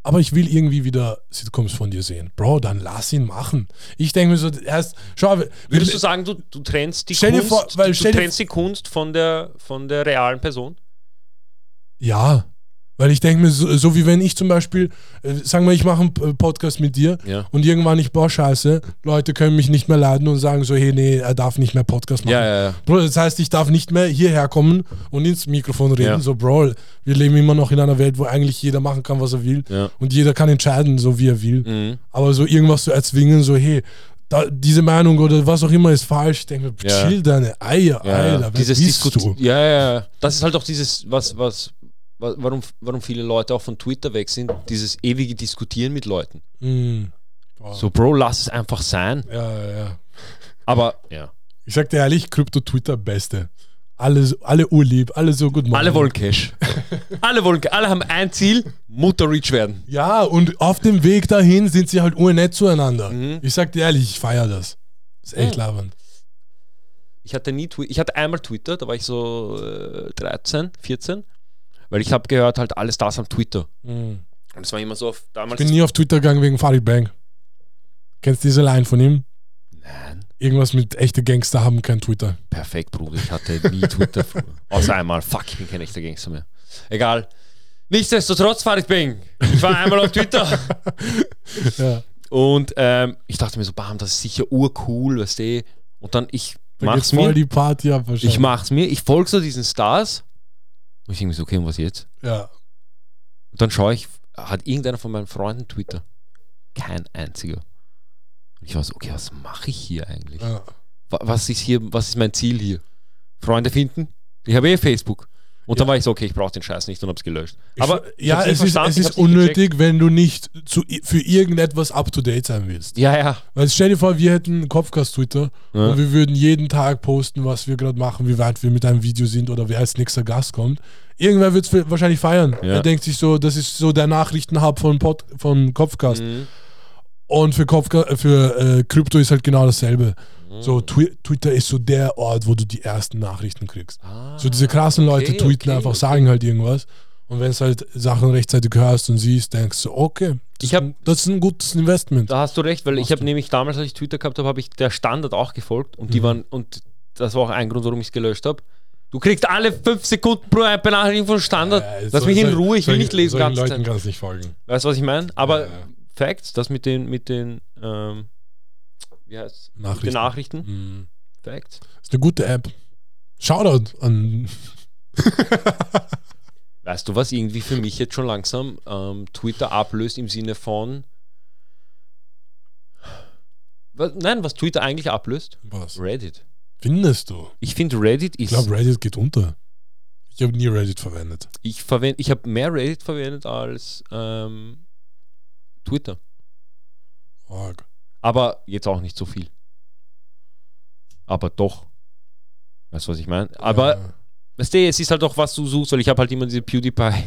Speaker 2: aber ich will irgendwie wieder Sitcoms von dir sehen. Bro, dann lass ihn machen. Ich denke mir so, erst, schau, wir-
Speaker 1: Würdest du sagen, du, du trennst die
Speaker 2: Stell dir
Speaker 1: Kunst,
Speaker 2: vor- weil
Speaker 1: du
Speaker 2: stell dir-
Speaker 1: trennst die Kunst von der, von der realen Person?
Speaker 2: ja, weil ich denke mir, so, so wie wenn ich zum Beispiel, äh, sagen wir, ich mache einen P- Podcast mit dir
Speaker 1: Ja.
Speaker 2: und irgendwann ich baue Scheiße, Leute können mich nicht mehr laden und sagen so, hey, nee, er darf nicht mehr Podcast machen.
Speaker 1: Ja, ja, ja.
Speaker 2: Bro, das heißt, ich darf nicht mehr hierher kommen und ins Mikrofon reden.
Speaker 1: Ja.
Speaker 2: So, Bro, wir leben immer noch in einer Welt, wo eigentlich jeder machen kann, was er will.
Speaker 1: Ja.
Speaker 2: Und jeder kann entscheiden, so wie er will.
Speaker 1: Mhm.
Speaker 2: Aber so irgendwas zu erzwingen, so, hey, da, diese Meinung oder was auch immer ist falsch. Ich denke mir,
Speaker 1: Ja.
Speaker 2: chill deine Eier, Alter. Wer
Speaker 1: dieses
Speaker 2: bist
Speaker 1: Disku-
Speaker 2: du?
Speaker 1: Ja, ja, ja. Das ist halt auch dieses, was, was, wa- warum, warum viele Leute auch von Twitter weg sind, dieses ewige Diskutieren mit Leuten.
Speaker 2: Hm. Boah.
Speaker 1: So, Bro, lass es einfach sein.
Speaker 2: Ja, ja, ja.
Speaker 1: Aber ja.
Speaker 2: Ich sag dir ehrlich, Krypto-Twitter beste. Alle, alle urlieb, alle so gut
Speaker 1: alle wollen Cash. alle wollen Cash. Alle haben ein Ziel, Mutter rich werden.
Speaker 2: Ja, und auf dem Weg dahin sind sie halt urnett zueinander. Ich sag dir ehrlich, ich feiere das. Ist echt
Speaker 1: Mhm. Ja.
Speaker 2: labernd.
Speaker 1: Ich hatte nie Twi- ich hatte einmal Twitter, da war ich so äh, 13, 14, weil ich habe gehört halt alles das am Twitter.
Speaker 2: Mhm.
Speaker 1: Und es war immer so auf damals
Speaker 2: Ich bin nie auf Twitter gegangen wegen Farid Bang. Kennst du diese Line von ihm?
Speaker 1: Nein,
Speaker 2: Irgendwas mit echte Gangster haben kein Twitter.
Speaker 1: perfekt, Bruder, ich hatte nie Twitter früher. Außer einmal, fuck, ich bin kein echter Gangster mehr. Egal. Nichtsdestotrotz, Farid Bing. Ich war einmal auf Twitter.
Speaker 2: Ja.
Speaker 1: Und ähm, ich dachte mir so, bam, das ist sicher urcool, weißt du. Und dann, ich
Speaker 2: Da geht's
Speaker 1: mach's
Speaker 2: voll
Speaker 1: mir.
Speaker 2: die Party ab wahrscheinlich.
Speaker 1: Ich mach's mir, ich folge so diesen Stars. Und ich denke mir so, okay, und was jetzt?
Speaker 2: ja.
Speaker 1: Und dann schaue ich, hat irgendeiner von meinen Freunden Twitter? Kein einziger. Und ich war so, okay, was mache ich hier eigentlich?
Speaker 2: ja.
Speaker 1: Wa- Was ist hier, was ist mein Ziel hier? Freunde finden? Ich habe eh Facebook. Und dann war ich so, okay, ich brauche den Scheiß nicht und hab's gelöscht.
Speaker 2: Ich-
Speaker 1: Aber ich
Speaker 2: ja,
Speaker 1: hab's nicht
Speaker 2: es ist,
Speaker 1: verstanden,
Speaker 2: es
Speaker 1: ich
Speaker 2: ist
Speaker 1: hab's nicht gecheckt.
Speaker 2: unnötig, wenn du nicht zu, für irgendetwas up to date sein willst.
Speaker 1: Ja, ja.
Speaker 2: Weil stell dir vor, wir hätten einen Kopfkast-Twitter
Speaker 1: Ja.
Speaker 2: und wir würden jeden Tag posten, was wir gerade machen, wie weit wir mit einem Video sind oder wer als nächster Gast kommt. Irgendwer wird es wahrscheinlich feiern.
Speaker 1: Ja.
Speaker 2: Er denkt sich so, das ist so der Nachrichtenhub von, Pod, von Kopfkast.
Speaker 1: Mhm.
Speaker 2: Und für, Kopfka äh, für äh, Krypto ist halt genau dasselbe.
Speaker 1: Mhm.
Speaker 2: So, Twi Twitter ist so der Ort, wo du die ersten Nachrichten kriegst. So diese krassen Leute
Speaker 1: Ah, okay,
Speaker 2: tweeten
Speaker 1: okay,
Speaker 2: einfach,
Speaker 1: okay.
Speaker 2: sagen halt irgendwas. Und wenn es halt Sachen rechtzeitig hörst und siehst, denkst du, okay, das,
Speaker 1: Ich hab-
Speaker 2: das ist ein gutes Investment.
Speaker 1: Da hast du recht, weil
Speaker 2: Machst
Speaker 1: ich habe
Speaker 2: du. Mhm.
Speaker 1: nämlich damals, als ich Twitter gehabt habe, habe ich der Standard auch gefolgt und die waren und das war auch ein Grund, warum ich es gelöscht habe. Du kriegst alle fünf Sekunden pro eine Benachrichtigung von Standard.
Speaker 2: Äh,
Speaker 1: Lass
Speaker 2: so-
Speaker 1: mich in
Speaker 2: so-
Speaker 1: Ruhe, ich will
Speaker 2: solchen-
Speaker 1: nicht lesen
Speaker 2: solchen
Speaker 1: ganze
Speaker 2: Leuten
Speaker 1: Zeit.
Speaker 2: kannst nicht folgen.
Speaker 1: Weißt du, was ich meine? Aber
Speaker 2: Ja, ja.
Speaker 1: Facts, das mit den mit den ähm, wie heißt
Speaker 2: Nachrichten.
Speaker 1: den Nachrichten.
Speaker 2: Mhm.
Speaker 1: Facts.
Speaker 2: Ist eine gute App. Shoutout an.
Speaker 1: Weißt du, was irgendwie für mich jetzt schon langsam ähm, Twitter ablöst im Sinne von was, nein, was Twitter eigentlich ablöst?
Speaker 2: Was?
Speaker 1: Reddit.
Speaker 2: Findest du?
Speaker 1: Ich finde Reddit ist
Speaker 2: Ich glaube, Reddit geht unter. Ich habe nie Reddit verwendet.
Speaker 1: ich verwende, ich habe mehr Reddit verwendet als ähm, Twitter.
Speaker 2: Org.
Speaker 1: Aber jetzt auch nicht so viel. Aber doch. Weißt du, was ich meine? Aber,
Speaker 2: Ja.
Speaker 1: weißt du, es ist halt auch, was du suchst, weil ich habe halt immer diese PewDiePie,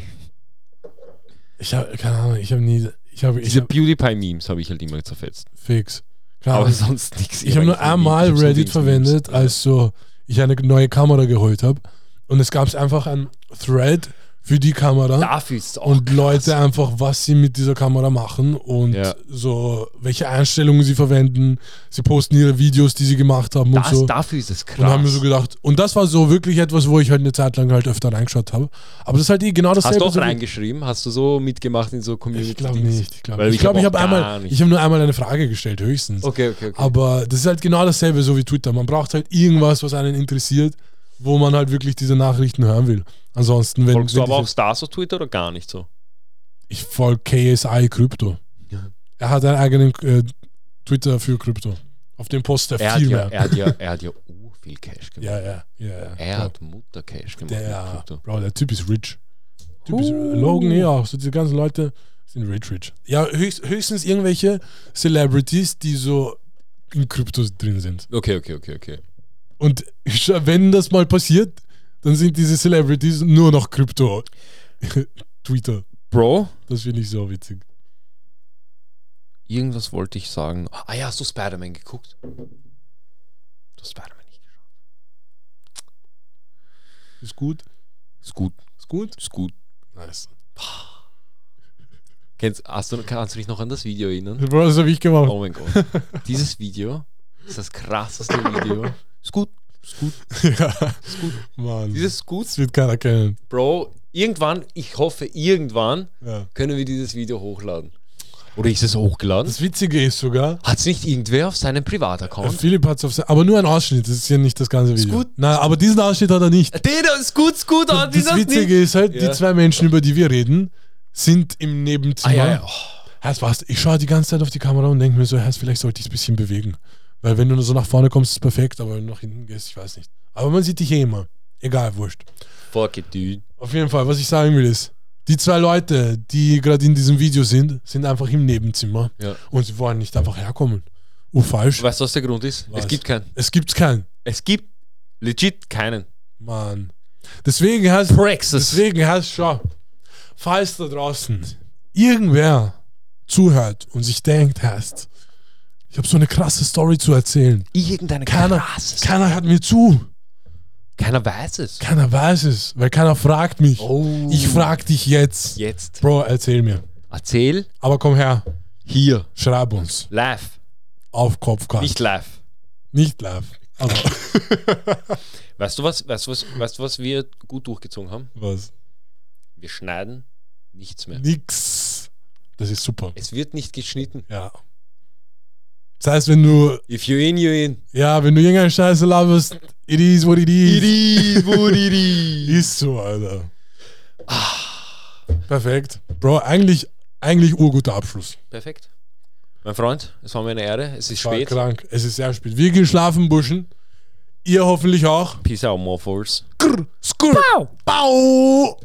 Speaker 2: Ich habe, keine Ahnung, ich habe nie. Ich habe ich
Speaker 1: diese
Speaker 2: hab
Speaker 1: PewDiePie-Memes habe ich halt immer zerfetzt.
Speaker 2: fix. Keine
Speaker 1: Aber
Speaker 2: Ahnung.
Speaker 1: sonst nichts.
Speaker 2: Ich habe nur einmal Reddit verwendet, als so ich eine neue Kamera geholt habe. Und es gab einfach einen Thread für die Kamera.
Speaker 1: Dafür ist es auch
Speaker 2: und
Speaker 1: Oh, krass.
Speaker 2: Leute einfach, was sie mit dieser Kamera machen und
Speaker 1: Ja.
Speaker 2: so, welche Einstellungen sie verwenden. Sie posten ihre Videos, die sie gemacht haben
Speaker 1: das,
Speaker 2: und so.
Speaker 1: Dafür ist es krass.
Speaker 2: Und haben mir so gedacht, und das war so wirklich etwas, wo ich halt eine Zeit lang halt öfter reingeschaut habe. Aber das ist halt eh genau
Speaker 1: Hast
Speaker 2: dasselbe.
Speaker 1: du auch
Speaker 2: so wie-
Speaker 1: reingeschrieben? Hast du so mitgemacht in so Community?
Speaker 2: ich glaube nicht. Ich glaube,
Speaker 1: Weil
Speaker 2: ich,
Speaker 1: ich
Speaker 2: glaub,
Speaker 1: hab
Speaker 2: ich
Speaker 1: auch
Speaker 2: habe
Speaker 1: gar
Speaker 2: einmal,
Speaker 1: nicht.
Speaker 2: ich habe nur einmal eine Frage gestellt, höchstens.
Speaker 1: Okay, okay, okay.
Speaker 2: Aber das ist halt genau dasselbe, so wie Twitter. Man braucht halt irgendwas, was einen interessiert, wo man halt wirklich diese Nachrichten hören will. Ansonsten, wenn,
Speaker 1: Folgst
Speaker 2: wenn
Speaker 1: du aber
Speaker 2: diese-
Speaker 1: auch Stars auf Twitter oder gar nicht so?
Speaker 2: ich folge KSI Krypto.
Speaker 1: Ja.
Speaker 2: Er hat einen eigenen äh, Twitter für Krypto. Auf dem Post er
Speaker 1: Er hat,
Speaker 2: viel
Speaker 1: ja,
Speaker 2: mehr.
Speaker 1: er hat ja, er hat ja ur viel Cash gemacht.
Speaker 2: ja, ja, ja.
Speaker 1: Er
Speaker 2: ja.
Speaker 1: hat Muttercash gemacht. mit
Speaker 2: Der,
Speaker 1: Krypto.
Speaker 2: Bro, der Typ ist rich. Typ ist, Logan eh auch. So diese ganzen Leute sind rich, rich. Ja, höchst, höchstens irgendwelche Celebrities, die so in Kryptos drin sind.
Speaker 1: Okay, okay, okay, okay.
Speaker 2: Und sch- wenn das mal passiert, dann sind diese Celebrities nur noch Krypto. Twitter.
Speaker 1: Bro,
Speaker 2: Das finde ich so witzig.
Speaker 1: irgendwas wollte ich sagen. Ah ja, hast du Spider-Man geguckt? Du hast Spider-Man nicht geschaut.
Speaker 2: Ist gut.
Speaker 1: Ist gut,
Speaker 2: Ist gut.
Speaker 1: ist gut.
Speaker 2: Nice.
Speaker 1: Kennst, hast du, kannst du dich noch an das Video erinnern?
Speaker 2: Bro, das habe ich gemacht.
Speaker 1: Oh mein Gott. Dieses Video ist das krasseste Video. Ist gut, ist gut.
Speaker 2: Ja. Mann.
Speaker 1: Dieses ist gut,
Speaker 2: das wird keiner kennen.
Speaker 1: Bro. Irgendwann, ich hoffe, irgendwann
Speaker 2: Ja.
Speaker 1: können wir dieses Video hochladen. Oder ist es hochgeladen?
Speaker 2: Das Witzige ist sogar,
Speaker 1: Hat es nicht irgendwer auf seinem
Speaker 2: äh,
Speaker 1: Privataccount?
Speaker 2: Philipp hat es auf sein, aber nur ein Ausschnitt, das ist ja nicht das ganze Video.
Speaker 1: gut. Ah,
Speaker 2: Na, aber diesen Ausschnitt hat er nicht.
Speaker 1: Der ist gut, ist gut, aber
Speaker 2: Äh, das
Speaker 1: dieser ist
Speaker 2: Witzige ist halt, die
Speaker 1: Ja.
Speaker 2: zwei Menschen, über die wir reden, sind im Nebenzimmer.
Speaker 1: Ah, ja, ja.
Speaker 2: Heißt was, ich schaue die ganze Zeit auf die Kamera und denke mir so, heißt, vielleicht sollte ich es ein bisschen bewegen. Weil wenn du nur so nach vorne kommst, ist es perfekt, aber wenn du nach hinten gehst, ich weiß nicht. Aber man sieht dich eh immer. Egal, wurscht.
Speaker 1: Fuck it, dude.
Speaker 2: Auf jeden Fall, was ich sagen will ist, Die zwei Leute, die gerade in diesem Video sind, sind einfach im Nebenzimmer.
Speaker 1: Ja.
Speaker 2: Und sie wollen nicht einfach herkommen. Oh, falsch.
Speaker 1: Weißt du, was der Grund ist?
Speaker 2: Was?
Speaker 1: Es gibt keinen.
Speaker 2: Es gibt keinen.
Speaker 1: Es gibt legit keinen.
Speaker 2: Mann. Deswegen heißt
Speaker 1: Praxis.
Speaker 2: deswegen heißt schau, falls da draußen irgendwer zuhört und sich denkt, heißt, ich habe so eine krasse Story zu erzählen.
Speaker 1: Irgendeine
Speaker 2: Keiner,
Speaker 1: Krasses.
Speaker 2: keiner hört mir zu.
Speaker 1: Keiner weiß es.
Speaker 2: Keiner weiß es, weil keiner fragt mich.
Speaker 1: Oh.
Speaker 2: Ich frag dich jetzt.
Speaker 1: Jetzt.
Speaker 2: Bro, erzähl mir.
Speaker 1: Erzähl.
Speaker 2: Aber komm her,
Speaker 1: Hier.
Speaker 2: schreib uns
Speaker 1: Live.
Speaker 2: auf Kopfkast.
Speaker 1: Nicht live.
Speaker 2: Nicht live. Also,
Speaker 1: Weißt du was? Weißt du was? Weißt du was wir gut durchgezogen haben?
Speaker 2: was?
Speaker 1: Wir schneiden nichts mehr.
Speaker 2: Nix. Das ist super.
Speaker 1: Es wird nicht geschnitten.
Speaker 2: Ja. Das heißt, wenn du,
Speaker 1: If you in, you in.
Speaker 2: ja, wenn du irgendeine Scheiße laberst, it is what it is.
Speaker 1: is what it is.
Speaker 2: Ist so, Alter. Perfekt. Bro, eigentlich, eigentlich urguter Abschluss.
Speaker 1: Perfekt. Mein Freund, es war mir eine Ehre. Es ist
Speaker 2: War
Speaker 1: spät.
Speaker 2: krank. Es ist sehr spät. Wir gehen schlafen, Buschen. Ihr hoffentlich auch.
Speaker 1: Peace out, Morphos.
Speaker 2: Skrr, skrr, bau.